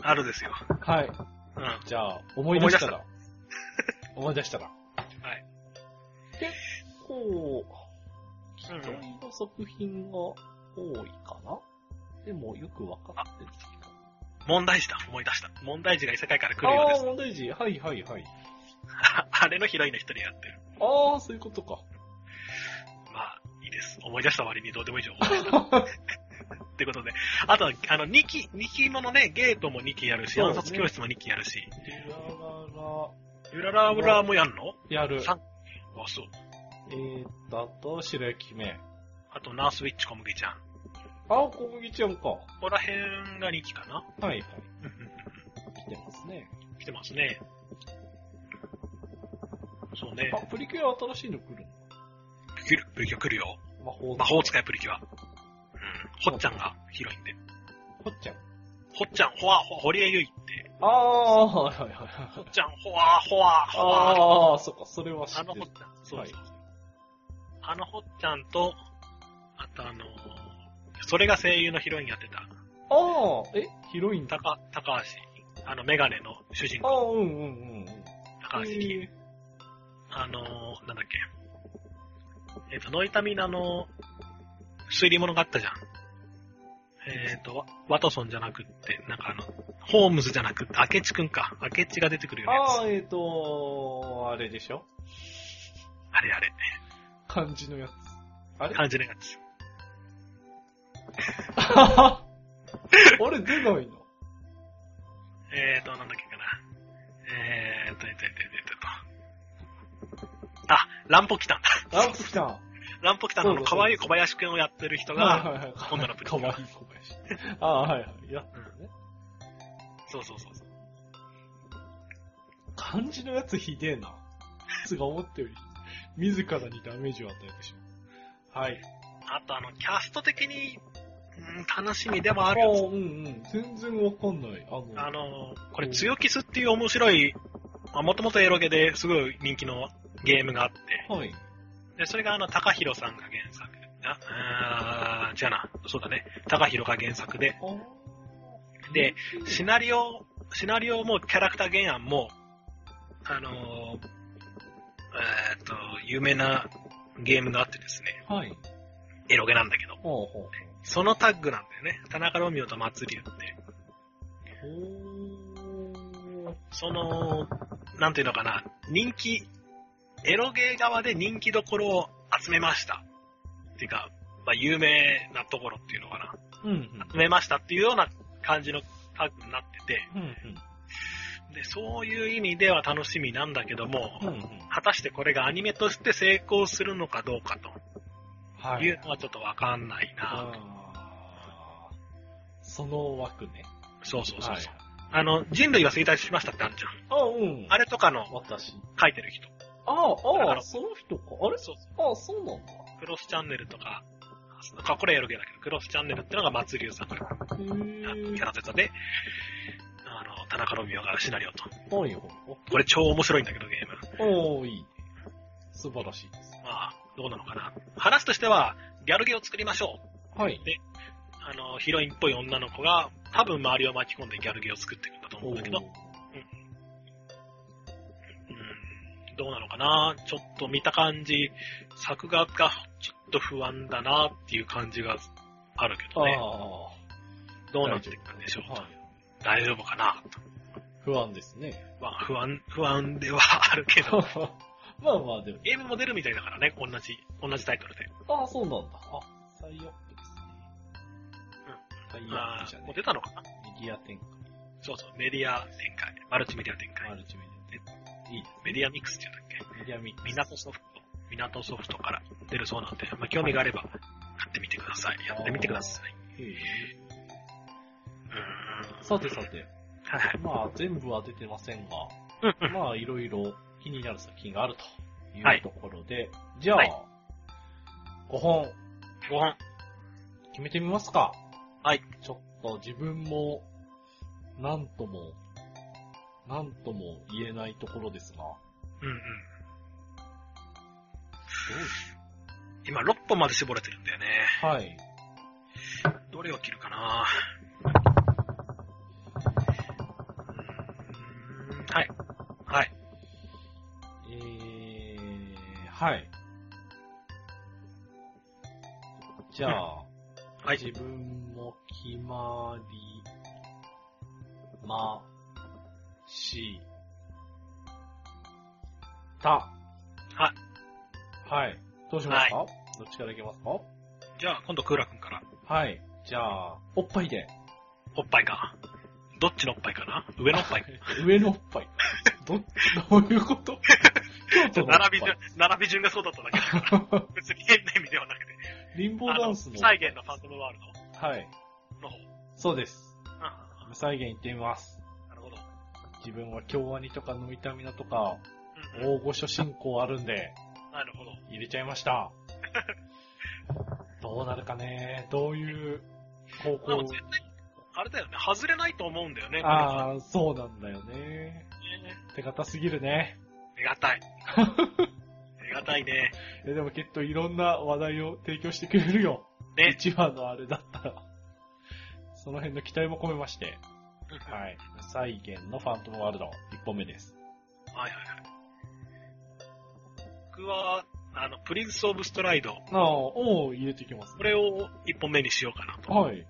あるですよ。はい。うん。じゃあ、思い出したら。思い出したら。はい。結構、一人の作品が多いかなでも、よくわかってる。問題児だ、思い出した。問題児が異世界から来るようあであすー、。問題児。はいはいはい。 *laughs* あれのヒロインの一人やってる。ああ、そういうことか。まあ、いいです。思い出した割にどうでも *laughs* いい情報でした。ってことで。あとは、あの、2期、二期ものね、ゲートも2期やるし、そうね暗殺教室も2期やるし、ゆらゆららぶらもやんのらら、やる。さんあ、そう。えーっと、あと、白雪姫。あと、ナースウィッチ小麦ちゃん。ああ、小麦ちゃんか。はここら辺が2期かな。 *laughs* いはい。うんうんう来てますね。ん来てますね。そうね。あ、プリキュア新しいの来る来る、プリキュア来るよ。の魔法魔法い。使いプリキュア。うん。ほっちゃんがヒロインで。ほっちゃん。ほっちゃん、ほわ、ほ、堀江ゆいって。ああ、はいはいはいはい。ほっちゃん、ほわ、ほわ、ほわ。ああ、そっか、それは知あっのてほっる。ちゃん、そうそう、はいあのほっちゃんと、あとあのーそれが声優のヒロインやってた、ああ、え、ヒロインだ。高高橋、あのメガネの主人あ公、あ、うんうんうんうん。高橋希えあのーなんだっけ、えっ、と、ノイタミナの推理物があったじゃん。えっ、と、ワワトソンじゃなくって、なんかあの、ホームズじゃなくって、明智くんか。明智が出てくるーようなやつ。あああ、えっ、ー、とあれでしょれあれ。漢字のやつ。あれ感じのやつ。 *laughs* あれ出ないのえーと、なんだっけかな。えーと、えーと、えーと、えーとえーと。あ、ランポキタンだ。 *laughs* ランプ来たん。はランポキタンのあの、そうそうそう可愛い小林くんをやってる人いが、はいはい。今度のプリかキュアわいい小林。ああ、はいはい。やったのね。そうそうそうそう。漢字のやつひでえな。つが思ったより、自らにダメージを与えてしまう。はい。あと、あの、キャスト的に、うん、楽しみでもあある。あ、うんうん。全然わかんない。あの、あの、これ、強キスっていう面白い、まあ、もともとエロゲですごい人気のゲームがあって、はい。で、それがあの、高弘さんが原作。あ、あー違うな。そうだね。高弘が原作で、あーで、シナリオ、シナリオもキャラクター原案も、あのーえーっと、有名なゲームがあってですね、はい。エロゲなんだけど、ほうほう。そのタッグなんだよね。田中ロミオと松竜って。ほーその、なんていうのかな、人気、エロゲー側で人気どころを集めました。っていうか、まあ、有名なところっていうのかな。うんうん。集めましたっていうような感じのタッグになってて、うんで、そういう意味では楽しみなんだけども、うん。うんうん。果たしてこれがアニメとして成功するのかどうかとはいうい。のはちょっとわかんないな、あーその枠ね。そうそうそうはいそう、あの、人類は衰退しましたってあるじゃん。あ、うん。あれとかの私。書いてる人。ああ、だかあらあ、その人か。あれそうああ、そうなんだ。クロスチャンネルとか、かこれやるけだけど、クロスチャンネルってのが松流さんがへキャーラデザで、あの、田中ロミオがシナリオと。はいはい。これ超面白いんだけど、ゲーム。おおいい。素晴らしいです。まあ、どうなのかな。話としては、ギャルゲを作りましょう。はい。あの、ヒロインっぽい女の子が、多分周りを巻き込んでギャルゲを作っていくんだと思うんだけど、うんどうなのかなちょっと見た感じ、作画がちょっと不安だなっていう感じがあるけああどね。、どうなっていくんでしょうはい。大丈夫かなと不安ですね。 *laughs* まあ不安、不安ではあるけど。まあまあ、でも。ゲームも出るみたいだからね、同じ、同じタイトルで。ああ、そうなんだ。あ、サイアップですね。サイアッまプじゃあ、ねもう出たのかなえ。メディア展開。そうそう、メディア展開、マルチメディア展開、マルチメディア展開。いいですメディアミックスって言うんだっけね。メディアミックス。港ソフト、港ソフトから出るそうなんで、まあ興味があれば買ってみてください。やってみてください。へえうーんさてさて、はいはい。まあ全部は出てませんが、うんうん。まあいろいろ気になる作品があるといはいうところで、じゃあ、はい5本5本。決めてみますか。はい。ちょっと自分もなんとも、なんとも言えないところですが。うんうん。どうで今6本まで絞れてるんだよね。すはい。どれを切るかなうーんはい。はい。えー、はい。じゃあ、はい。自分も決まり、ま、し、た。。はいはい。どうしますか、どっちからいけますかじゃあ、今度、クーラ君から。はい。じゃあ、おっぱい *laughs* で。おっぱいか。どっちのおっぱいかな上のおっ *laughs* ぱい。上のおっぱい。ど、どういうこと京都のおっぱい並び順、並び順がそうだっただけだ *laughs* から。別に変な意味ではなくて。貧乏ダンスの。再現のファントムワールはい。ドの方。そうです。うんな無再現行ってみます。るほど。自分は京アニとかノイタミナとか、うんう大御所進行あるんで、んなるほど。入れちゃいま *laughs* した。どうなるかねどういう方でも向絶。対、あれだよね。外れないと思うんだよね。こああ、そうなんだよね。れがね手堅すぎるね。*laughs* 手堅い。手堅いね。えでもきっといろんな話題を提供してくれるよ。ね。一話のあれだったら。その辺の期待も込めまして。ははい。無再現のファントムワールド、1本目です。いはいはい。僕は、あの、プリンス・オブ・ストライあド。あ、おう入れていきますこ。れを一本目にしようかなと。はい。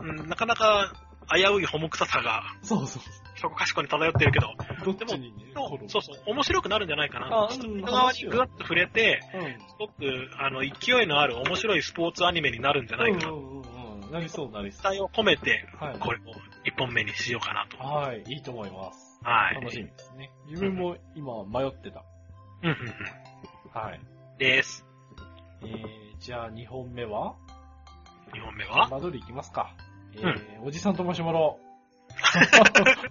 うん、なかなか危ういホモ臭さが、そうそうそこかしこに漂ってるけど、そう。どっちにねで、も転ぶそうそう、面白くなるんじゃないかなあと。うん外側にぐわっと触れて、うん。すごく、あの、勢いのある面白いスポーツアニメになるんじゃないうんかな。うんうんうん。なりそう、なり期そ待を込めて、う。はい。これを一本目にしようかなと。はい、いいと思います。はい。楽しみですね。自分も今迷ってた。うんうんうはい。ん。です。えー、じゃあ2本目は二本目は間取りいきますか。えー、おじさんとマシュマ *laughs* ロ。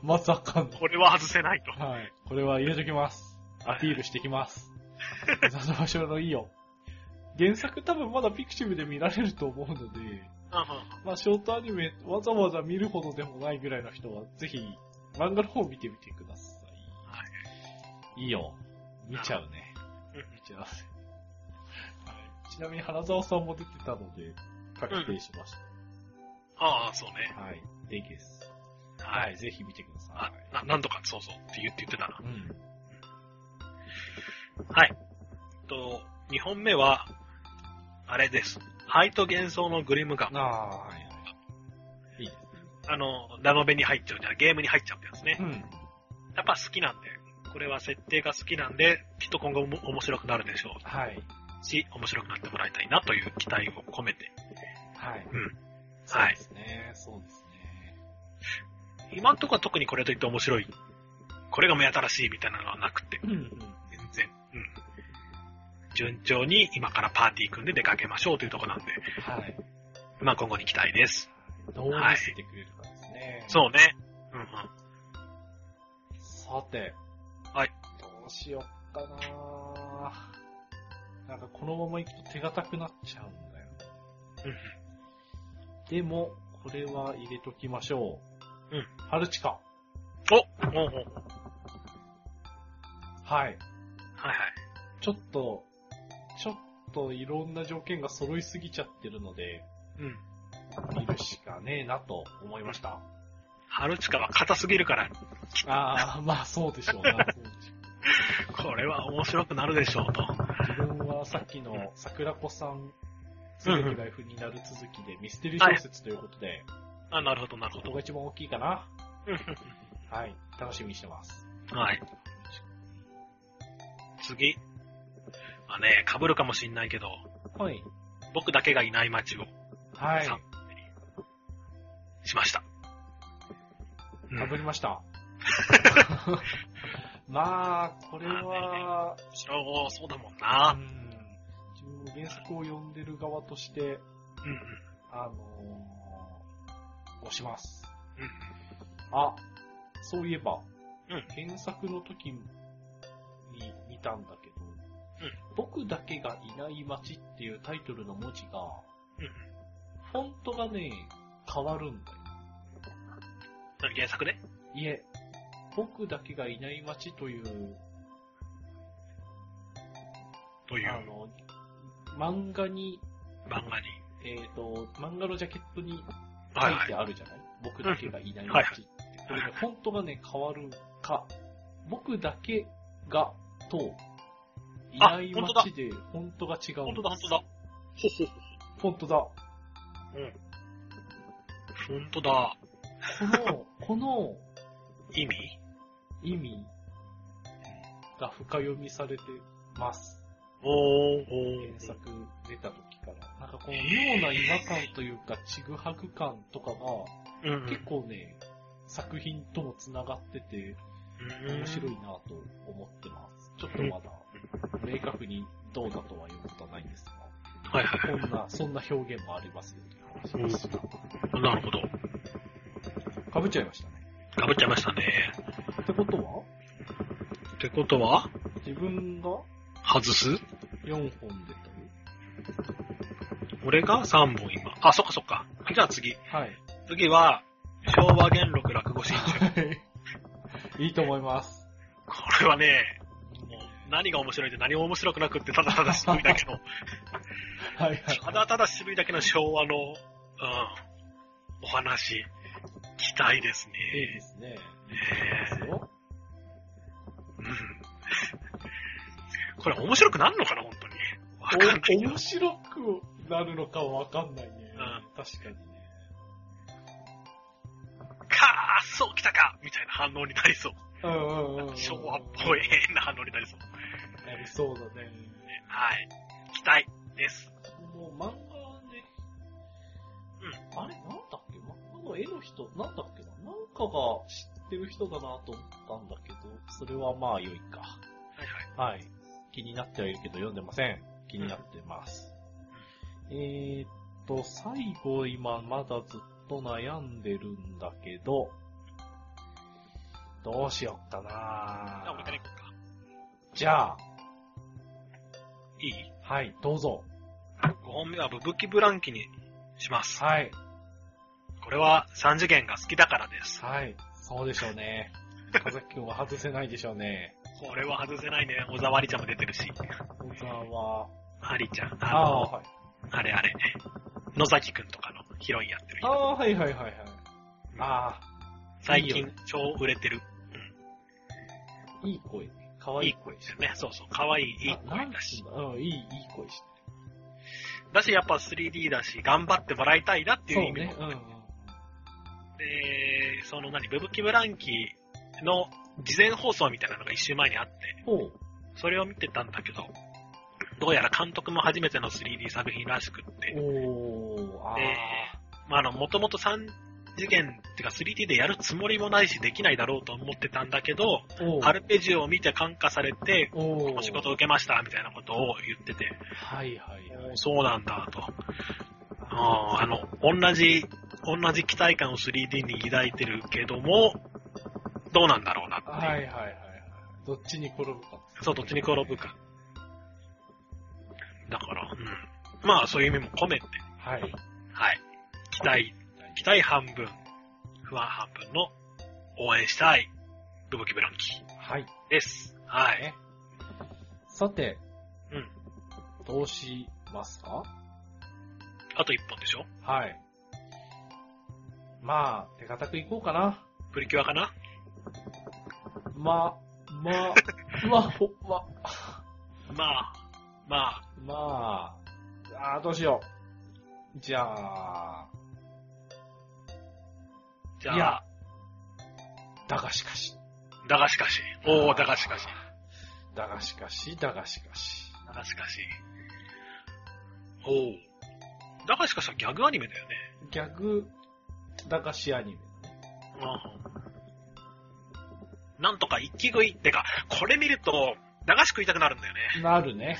まさかの。これは外せないと。はい。これは入れときます。アピールしてきます。おじさんとマシュマロいいよ。原作多分まだピクチブで見られると思うので、まあショートアニメわざわざ見るほどでもないぐらいの人は、ぜひ漫画の方を見てみてください。いいよ。見ちゃうね。見ちゃうね。はい、ちなみに花澤さんも出てたので、確定しましああ、そうね。た。はい。いいです。は。はいい。ぜひ見てくださあ、な、なんとか、そうそうって言って言ってたな。い。うん。はい。えっと、二本目は、あれです。灰と幻想のグリムガン。ああ、はいはい。いいですあの、ラノベに入っちゃうじゃん。ゲームに入っちゃうやつね。ね。やっぱ好きなんで、これは設定が好きなんで、きっと今後も面白くなるでしょはい。うし、面白くなってもらいたいなという期待を込めて。はい。うん。そうですね。そうですね。今んとこは特にこれといって面白い。これが目新しいみたいなのはなくて、うんうん。全然。うん。順調に今からパーティー組んで出かけましょうというところなんで、はい。まあ今後に期待です。どう見せてくれるかですね。そうね。うんうん。さて。はい。どうしよっかななんかこのまま行くと手堅くなっちゃうんだよ。うんでも、これは入れときましょう。うん。春地か。うん。おおうおうはい。はいはい。ちょっと、ちょっといろんな条件が揃いすぎちゃってるので、うん。見るしかねえなと思いました。春近は硬すぎるから、ああ、 *laughs* まあそうでしょうな。そうでしょうこれは面白くなるでしょうと。自分はさっきの桜子さん、すべてが F になる続きでミステリー小説ということで、あ、なるほど、なるほここどが。一番大きいかな。うんはい。楽しみにしてます。はい。次。まあね、被るかもしんないけど、はい。僕だけがいない街をはい。さしました。うんかぶりま *laughs* した。まあ、これは、そうそうだもんな。うん自分も原作を読んでる側として、うんうんあのー、押します。うんあ、そういえば、うん原作の時に見たんだけど、僕だけがいない街っていうタイトルの文字が、うんうんフォントがね、変わるんだよ。何原作ね。いえ、僕だけがいない街という、というあの、漫画に、漫画に。えっ、と、漫画のジャケットに書はいいはい。てあるじゃない、僕だけがいないはい街って。これね、フォントがね、変わるか、僕だけが、と、いあない本当だ街で、フォントが違う。本当だ、本当だ。 *laughs* ほほほ。フォントだ。うん。本当だ。この、 *laughs* この意味意味が深読みされてます。おー、原おー。作出た時から。なんかこの妙な違和感というか、ちぐはぐ感とかが、うんうん。結構ね、作品とも繋がってて、面白いなぁと思ってます。ちょっとまだ、明確にどうだとは言うことはないんですが、はいはこん *laughs* な、そんな表現もありますよという話でした。い。なるほど。かぶっちゃいましたね。かぶっちゃいましたね。ってことは、ってことは自分が外す4本でという。俺が3本今。あ、そっかそっか。じゃあ次。はい。次は、昭和元禄落語新中。 *laughs* いいと思います。これはね、もう何が面白いって何も面白くなくって、ただただ渋いだ *laughs* けの、はいはい。ただただ渋いだけの昭和の、うん、お話、期待ですいいでね。すね。いいですよ。うん *laughs* これ面白くなんのかな、本当に。わかんないけおど。面白くなるのかはわかんないね。確かにね。かー、そうきたかみたいな反応になりそう。うんうんうん。昭和っぽい変な反応になりそう。なりそうだね。はい。期待です。もう漫画はね、あれなんだっけ漫画の絵の人、なんだっけななんかが知ってる人だなと思ったんだけど、それはまあ良いか。はいはい。はい。気になってはいるけど読んでません。気になってます。えーっと、最後今まだずっと悩んでるんだけど、どうしよっかじゃあ、俺なから行こうか。じゃあ、いいはい、どうぞ。 ?5 本目はブブキブランキにします。はい、これは3次元が好きだからです。はい、そうでしょうね。かざきくんは外せないでしょうね。これは外せないね。小沢りちゃんも出てるし。小沢、ハリちゃん。あああの、ー、はい。あれあれ。野崎くんとかのヒロインやってるあ人。あー、はいはいはいはい。あ最いい近よね超売れてる。あ、いい声ね。かわいいいい声してね、そうそう。可愛い、いいあな声んだし。だうん、いい、いい声してだし、やっぱ 3D だし、頑張ってもらいたいなっていう意味もそうね。で、その何、ブブキブランキの事前放送みたいなのが一週前にあって、うんうん。ほう。それを見てたんだけど、どうやら監督も初めての 3D 作品らしくって、おー、あー。まあ、あの、もともと3次元っていうか 3D でやるつもりもないし、できないだろうと思ってたんだけど、おーアルペジオを見て感化されて、おーお仕事を受けました、みたいなことを言ってて、はいはいはい。そうなんだ、と。あーあの、同じ、同じ期待感を 3D に抱いてるけども、どうなんだろうなっていう。はいはいはいはい。どっちに転ぶか。そう、どっちに転ぶか。だから、うん。まあ、そういう意味も込めて、はい。はい。期待、期待半分、不安半分の応援したい、ブブキブランキはい。です。はい。さて、うん。どうしますかあと一本でしょはい。まあ、手堅くいこうかな。プリキュアかなま、 *laughs* ま、ま、ほ、ま、まあ、まあ、まあ、あーどうしよう。じゃあ、じゃあ、いやだがしかし。だがしかし。おおだがしかし。。だがしかし、だがしかし。だがしかし。おおだがしかしはギャグアニメだよね。ギャグ、だがしアニメだね。うん。なんとか一気食いってか、これ見ると、駄菓子食いたくなるんだよね。なるね。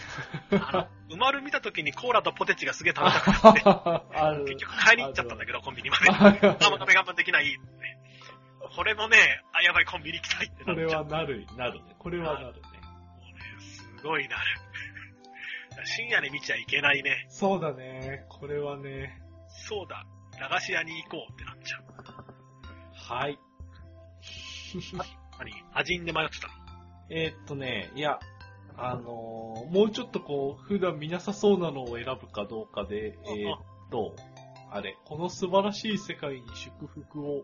あの、うまる見た時にコーラとポテチがすげえ食 *laughs* べたくなって、ある。結局買いに行っちゃったんだけど、コンビニま *laughs* で。我あ慢我慢できないって。これもね、あ、やばい、コンビニ行きたいってこなっれちゃはう。もなる、なるね。これはなるね。うね、すごいなる。深夜に見ちゃいけないね。そうだね。これはね。そうだ、駄菓子屋に行こうってなっちゃう。はい。 *laughs* 何味んで迷ってた。えーっとね、いや、あのーもうちょっとこう、普段見なさそうなのを選ぶかどうかで、えうんーっと、あれ、この素晴らしい世界に祝福を、ほ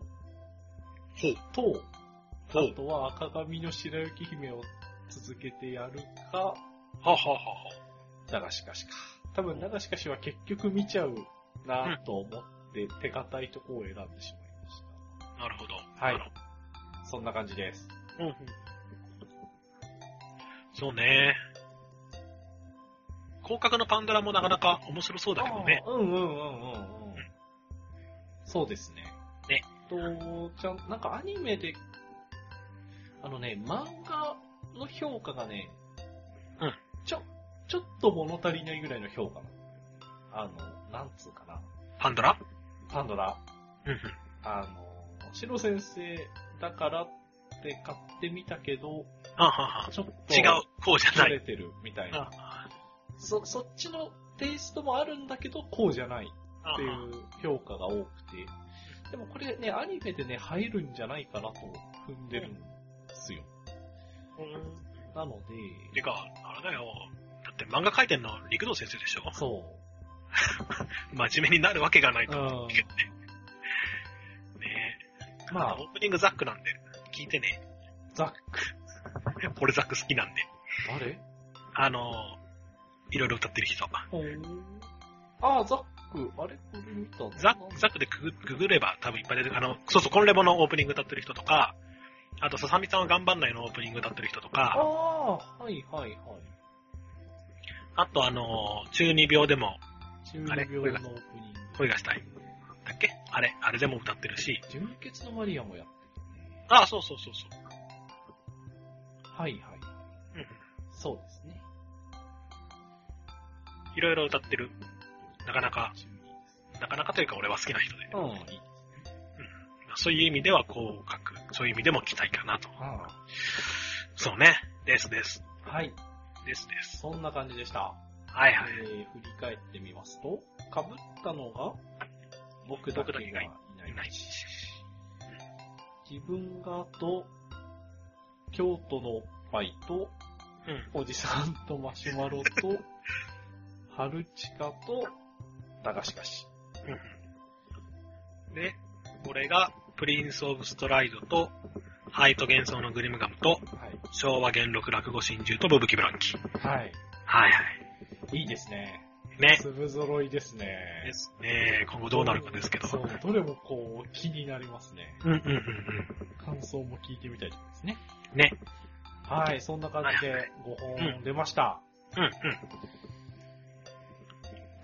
う。と、ほうあとは赤髪の白雪姫を続けてやるか、はあ、はあはあは流しかしか。多分流しかしは結局見ちゃうなと思って、手堅いとこを選んでしまいましあ、なるほど。はいなるた。そんな感じです。ほどうんうん。そうね。広角のパンドラもなかなか面白そうだけどね。あーうんうんうんうんうん。そうですね。ね。と、ちゃん、なんかアニメで、あのね、漫画の評価がね、うんちょ、ちょっと物足りないぐらいの評価なの。あの、なんつうかな。パンドラパンドラ、うんうん。あの、シロ先生だからって買ってみたけど、はあ、はあはあちょっと、違う、こうじゃな慣い。れてるみたいあな。そ、そっちのテイストもあるんだけど、こうじゃない。あっていう評価が多くて、でもこれね、アニメでね、入るんじゃないかなと踏んでるんですよ。うんなのてで、か、あれだよ。だって漫画描いてんの陸道先生でしょそ真面目になるわけがないと思って。ねう。え。ままあ、オープニングザックなんで、聞いてね。あ、ザック、俺ザック好きなんで。誰あのー、いろいろ歌ってる人。ほーああ、ザック、あれこれ見たのザック、ザックでググググれば多分いっぱい出てくる。あの、そうそう、コンレボのオープニング歌ってる人とか、あと、ささみさんは頑張んないのオープニング歌ってる人とあか、あ、はいはいはい。あと、あのー、中二病でも中あれ二病のオープニング。恋がしたい。だっけあれ、あれでも歌ってるし。純血のマリアもやってるね。ああ、そうそうそうそう。はいはい。うんうんそうですね。いろいろ歌ってる。なかなか、中二ですなかなかというか俺は好きな人で。うん、いいですね。そういう意味ではこう書く。そういう意味でも期待かなと。あそうね。ですです。あはい、ですです。そんな感じでした。はいはい。えー振り返ってみますと、かぶったのが、僕だけがいない。いない。自分がと、京都のおっぱいと、うん。おじさんとマシュマロ *laughs* と、春近と、だがしかし。うん。で、これが、プリンス・オブ・ストライドと、ハイト幻想のグリムガムと、はい。昭和元禄落語真珠とブブキブランキ。はい。はいはいいですね。い。ね。粒揃いですね。ですね。今後どうなるかですけど。そうう、どれもこう、気になりますね。んうんうんう感想も聞いてみたいですね。ん。ね。はい、そんな感じはいはで5本出ました。うんう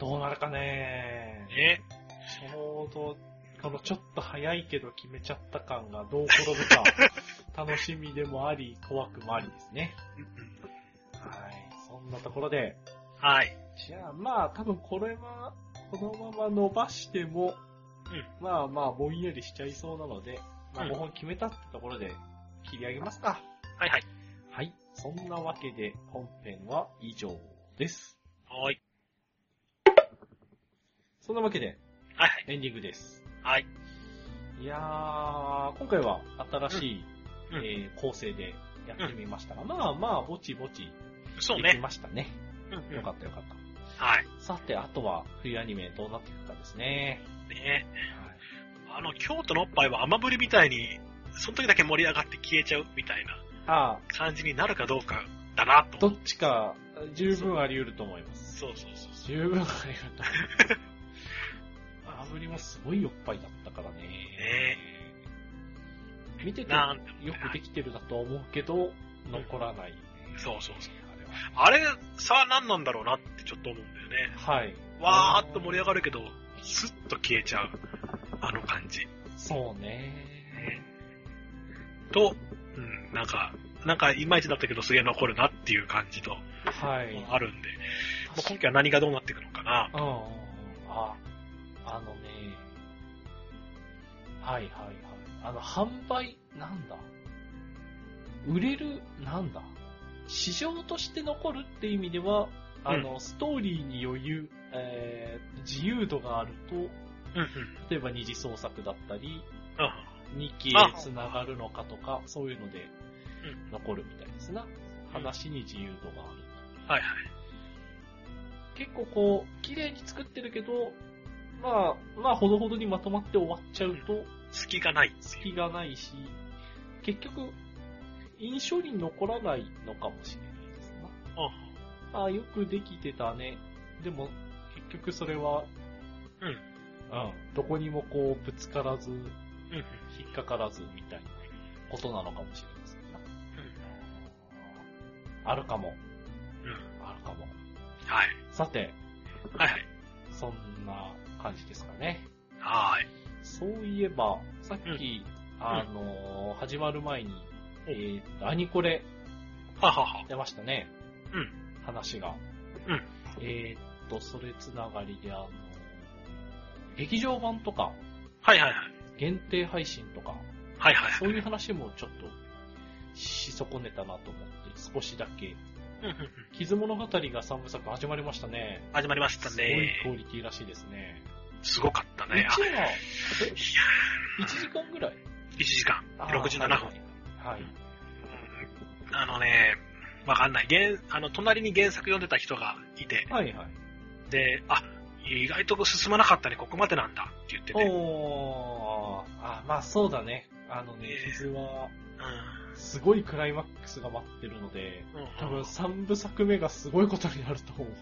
どうなるかねん。ね。ちょうど、このちょっと早いけど決めちゃった感がどう転ぶ *laughs* か、楽しみでもあり、怖くもありですね。うんうんはい。そんなところで、はい。じゃあまあ多分これは、このまま伸ばしても、まあまあぼんやりしちゃいそうなので、まあうん5本決めたってところで切り上げますか。はいはい。はい。そんなわけで本編は以上です。はーい。そんなわけではいはい。エンディングです。はい。いやー、今回は新しい、うんうんえー構成でやってみましたが、まあまあ、ぼちぼちそうできね。ましたね。うんうんよかったよかった。はい。さて、あとは冬アニメどうなっていくかですね。ねはい、あの、京都のおっぱいは雨降りみたいに、その時だけ盛り上がって消えちゃうみたいなああ、感じになるかどうかだなと。どっちか十分あり得ると思います。そうそうそうそ十分あり得ると思います。 *laughs* 炙りもすごいおっぱいだったからね。見てう。てよなんてもねくできてるだと思うけど、残らない、ね。そうそうそう。あれはあれ、さあ何なんだろうなってちょっと思うんだよね。はい。わーっと盛り上がるけど、スッと消えちゃう。あの感じ。そうね。と、うん、なんか、なんかいまいちだったけどすげえ残るなっていう感じと、はい。あるんで、もう今期は何がどうなっていくのかな。うんうんうん。あ、あのね。はいはいはい。あの、販売、なんだ売れる、なんだ市場として残るって意味では、あの、ストーリーに余裕、えー自由度があると、うんうん。例えば二次創作だったり、うん2期へ繋がるのかとか、そういうので残るみたいですな。話に自由度がある。はいはい。結構こう、綺麗に作ってるけど、まあ、まあ、ほどほどにまとまって終わっちゃうと、隙がないっていう。隙がないし、結局、印象に残らないのかもしれないですな。あああ、よくできてたね。でも、結局それは、うんうん。どこにもこう、ぶつからず、うんうん。引っかからずみたいなことなのかもしれませんな。あるかも。うん。うん。あるかも。はい。さて、はいはい。そんな感じですかね。はーい。そういえば、さっき、うあのー始まる前に、えーと、アニコレははは。出ましたね。うん話が。うんえーっと、それつながりで、あのー劇場版とか、はいはいはい。限定配信とか、はいはいはい。そういう話もちょっと、し損ねたなと思って、少しだけ。うんうんうん。傷物語が3部作始まりましたね。始まりましたすごいね。クオリティらしいですね。すごかった1ね。話、えい ?1 時間ぐらい1時間67分。。はい。あのね、わかんない。原、あの、隣に原作読んでた人がいて、はいはい。で、あ、意外と進まなかったね、ここまでなんだって言ってて、おー、あ、まあそうだね。あのね、えー傷は、うすごいクライマックスが待ってるので、ん。うん多分3部作目がすごいことになると思う。うん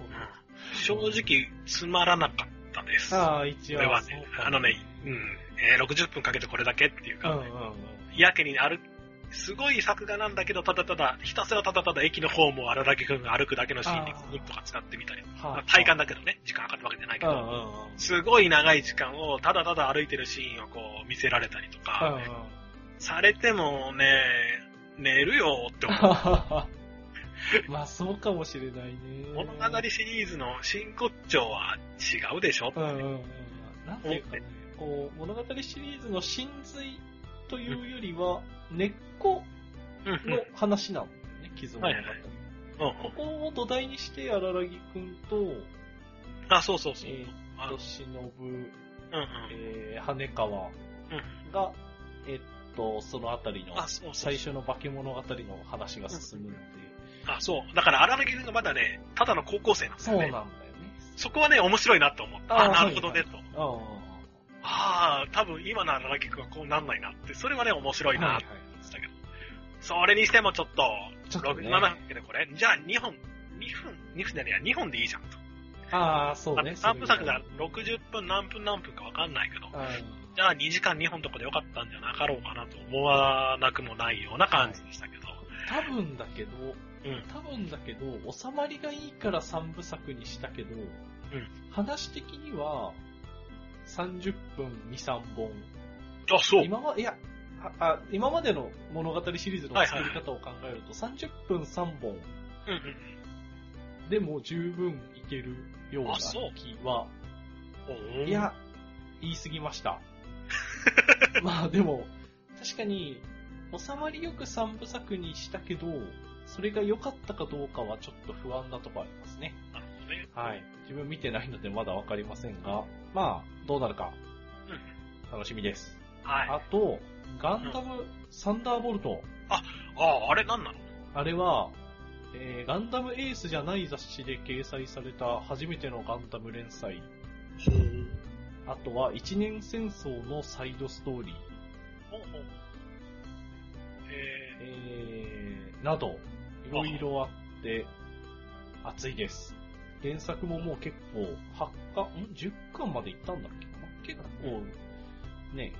正直、つまらなかったです。こああ、一応。れはねそう、かあのね、うん、えー60分かけてこれだけっていううんか、うんうん。やけにある、すごい作画なんだけど、ただただ、ひたすらただただ駅の方も荒竹くんが歩くだけのシーンにあーグッとか使ってみたり、まはあ体感だけどね、時間かかるわけじゃないけうんうど、んうん。すごい長い時間をただただ歩いてるシーンをこう見せられたりとうんうか、ん。されてもね、寝るよって思う。 *laughs* まあそうかもしれないね。物語シリーズの真骨頂は違うでしょ、うんうんうん。なんていうかね、こう、物語シリーズの真髄というよりは、根っこうんうんの話なんだよね、傷物語。はいはいうんうこんこを土台にして、荒木くんと、あ、そうそうそう。えあー、と、忍、うんうんえー、羽川うんが、えっと、そのあたりの、あ、そうそう最。初の化け物語の話が進むんで、あ、そう。だから、荒木君がまだね、ただの高校生なんですそうよなんねだ。よね。そこはね、面白いなと思った。ああーなるほどね、と。うんうんうん。ああ、多分今の荒木君はこうなんないなって。それはね、面白いなって思ってたけど。それにしてもちょっと、ちょっとね67分けでこれ、じゃあ2本、2分、2分じゃねえや、2本でいいじゃんと。ああ、そうね。 3分作だが60分何分何分かわかんないけど、うんじゃあ2時間2本とかでよかったんじゃなかろうかなと思わなくもないような感じでしたけど。多分だけど、うん多分だけど、収まりがいいから3部作にしたけど、話的には、30分2、3本。あ、そう。今は、いや、ああ今までの物語シリーズのはいは作いり方を考えると、30分3本うんうんでも十分いけるようなあそう気は、うん。いや、言い過ぎま *laughs* した。まあでも、確かに、収まりよく3部作にしたけど、それが良かったかどうかはちょっと不安なとこありますね。なるほどね。はい。自分見てないのでまだわかりませんが、まあ、どうなるか、楽しみです。はい。ああと、ガンダム、サンダーボルト。あ、あれなんなのあれは、えーガンダムエースじゃない雑誌で掲載された初めてのガンダム連載。あとは、一年戦争のサイドストーリー。ほうほう。ええー、など、いろいろあって、熱いです。原作ももう結構、8巻、ん ?10 巻までいったんだっけかな結構、ね、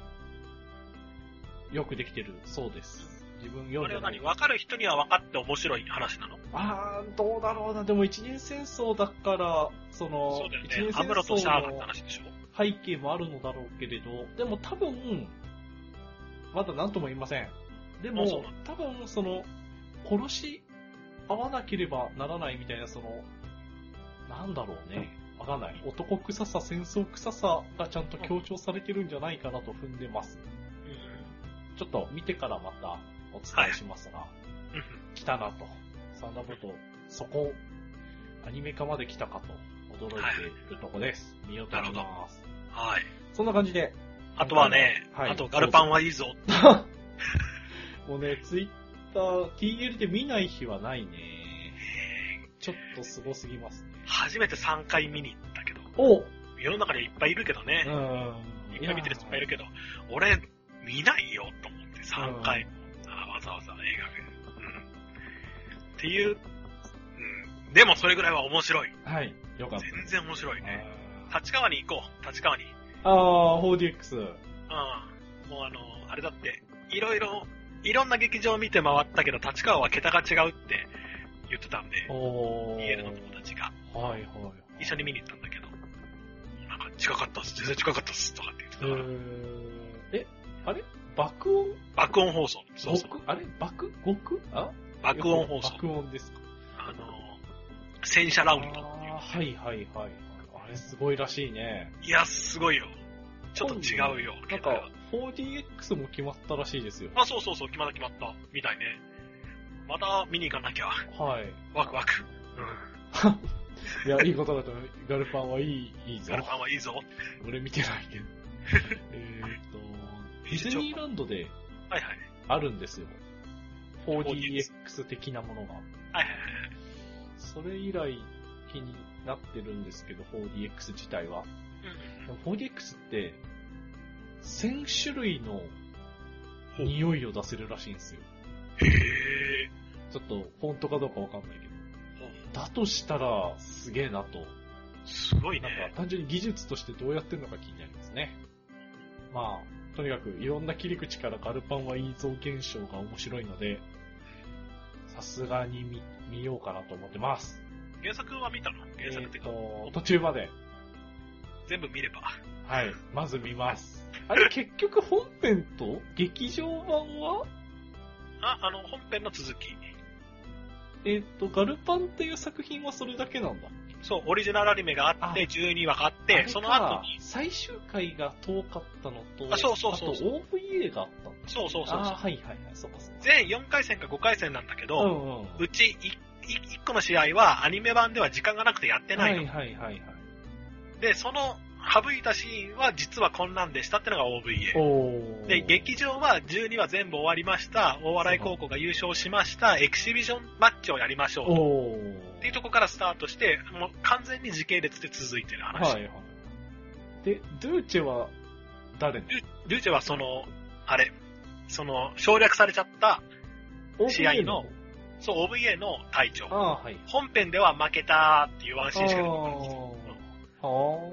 よくできてるそうです。自分ー、読あんでれはない何。分かる人には分かって面白い話なのあー、どうだろうな。でも一年戦争だから、そのそうだ、よ一年ね。ア戦ムロとシャアがっ争ての話でしょ背景もあるのだろうけれど、でも多分、まだ何とも言いません。でもあそうな、多分その、殺し合わなければならないみたいな、その、なんだろうね。わかんない。男臭さ、戦争臭さがちゃんと強調されてるんじゃないかなと踏んでます。ちょっと見てからまたお伝えしますが、うんうん来たなと。サンダーボルト、そこ、アニメ化まで来たかと、驚いているとこです。見ようと思います。はい。そんな感じで、あとはね、はいあとガルパンはいいぞ。もうね、ツイッター、TL で見ない日はないね。ちょっとすごすぎますね。初めて3回見に行ったけど、おう世の中にはいっぱいいるけどね、んいっぱい見てる人いっぱいいるけど、俺、見ないよと思って3回、あわざわざ映画で。うん。っていう、うん。でもそれぐらいは面白い。はい、よかった。全然面白いね。立川に行こう、立川に。あー、4DX。うん。もうあの、あれだって、いろいろ、いろんな劇場を見て回ったけど、立川は桁が違うって言ってたんで、おー。 EL の友達がはいはい。一緒に見に行ったんだけど、なんか近かったっす、全然近かったっす、とかって言ってたえから、ー、え、あれ爆音爆音放送。そうそう。極あれ爆極あ爆音放送。爆音ですか。あの、戦車ラあウンドっていうーはいはいはい。あれすごいらしいね。いや、すごいよ。ちょっと違うよ。なん桁がか、4DX も決まったらしいですよ。あ、そうそうそう、決まった決まった。みたいね。また見に行かなきゃ。はい。ワクワク。いや、いいことだと思う。ガルパンはいい、いいうん。ぞガル。パンはいいぞ。俺見てない *laughs* けど。えーっと、ディズニーランドではいはい。あるんですよ。4DX 的なものが。はいはいはい。それ以来気になってるんですけど、4DX 自体は。うんでも 4DX って、1000種類の匂いを出せるらしいんですよ。へえ。ちょっと、フォントかどうかわかんないけど。だとしたら、すげえなと。すごいね。なんか、単純に技術としてどうやってるのか気になりますね。まあ、とにかく、いろんな切り口からガルパンはいいぞ現象が面白いので、さすがに見、見ようかなと思ってます。原作は見たの原作っていうか、えーと、途中まで。全部見れば。はい。まず見ます。あれ、結局本編と劇場版はあ、あの、本編の続き。えっ、と、ガルパンっていう作品はそれだけなんだ。そう、オリジナルアニメがあって、あ12話があっあれて、かその後に、最終回が遠かったのと、あそうそうそうあと OVA があったんだ。そうそうそうあそあー、う。はいはいはい、そうかそうか。全4回戦か5回戦なんだけうど、んうん。うち1個の試合はアニメ版では時間がなくてやってはないいの。はいはいはい。で、その省いたシーンは実はこんなんでしたってのが OVA。おで、劇場は12話全部終わりました。大洗高校が優勝しました。エキシビションマッチをやりましょう。おっていうとこからスタートして、もう完全に時系列で続いてる話。はいはい。で、ドゥーチェは誰のルージェはその、あれ、その、省略されちゃった、試合の OVA そう、OVA の隊長。ああー、はい。本編では負けたーっていうワンシーンしか出てこないんですよあーは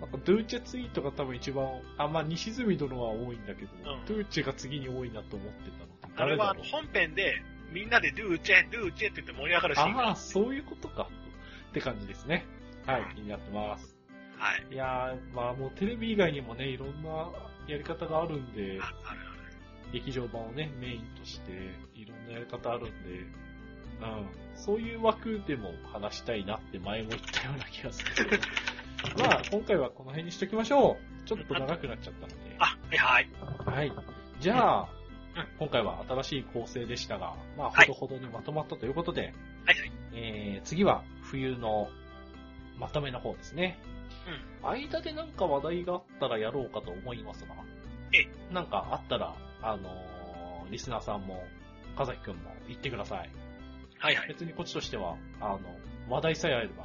あ。なんか、ドゥーチェツイートが多分一番、あ、まあ、西住殿は多いんだけど、うんドゥーチェが次に多いなと思ってたの。あれはあ誰のだろう本編でみんなでドゥーチェ、ドゥーチェって言って盛り上がるシーンが。ああはー、そういうことか。って感じですね。はい、気になってます。い。いやー、まあもうテレビ以外にもね、いろんなやり方があるんで、あある劇場版をね、メインとして、いろんなやり方あるんで、うん、そういう枠でも話したいなって前も言ったような気がするけど。まあ、今回はこの辺にしときましょう。ちょっと長くなっちゃったのあはいはい。で。はい。じゃあうん、今回は新しい構成でしたが、まあ、はほいどほどにまとまったということで、はいはい。えー、次は冬のまとめの方ですね。間でなんか話題があったらやろうかと思いますが、えなんかあったら、あのーリスナーさんも、かざきくんも言ってください。はいはい。別にこっちとしては、あの、話題さえあれば、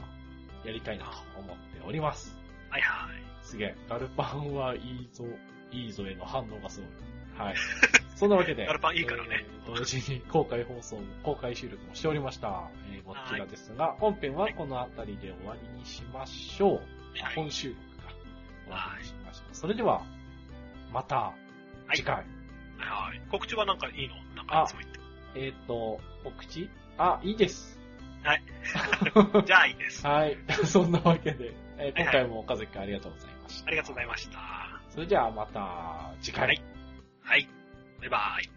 やりたいなと思っております。はいはい。すげえ。ガルパンはいいぞ、いいぞへの反応がすごい。はい。そんなわけで。 *laughs* ガルパンいいからねえー同時に公開放送も、公開収録もしておりました。えーこちらですが、本編はこの辺りで終わりにしましょう。はい本収録か。終わりにしましょう。それでは、また、次回。はいはい。告知はなんかいいのなんかいつも言って。えっ、と、お口あ、いいです。じゃあいいです。はい。 *laughs* そんなわけで、えー今回も岡崎くんありがとうございました。ありがとうございまました。はす。それじゃあまた、次回。い。はい。バイバイ。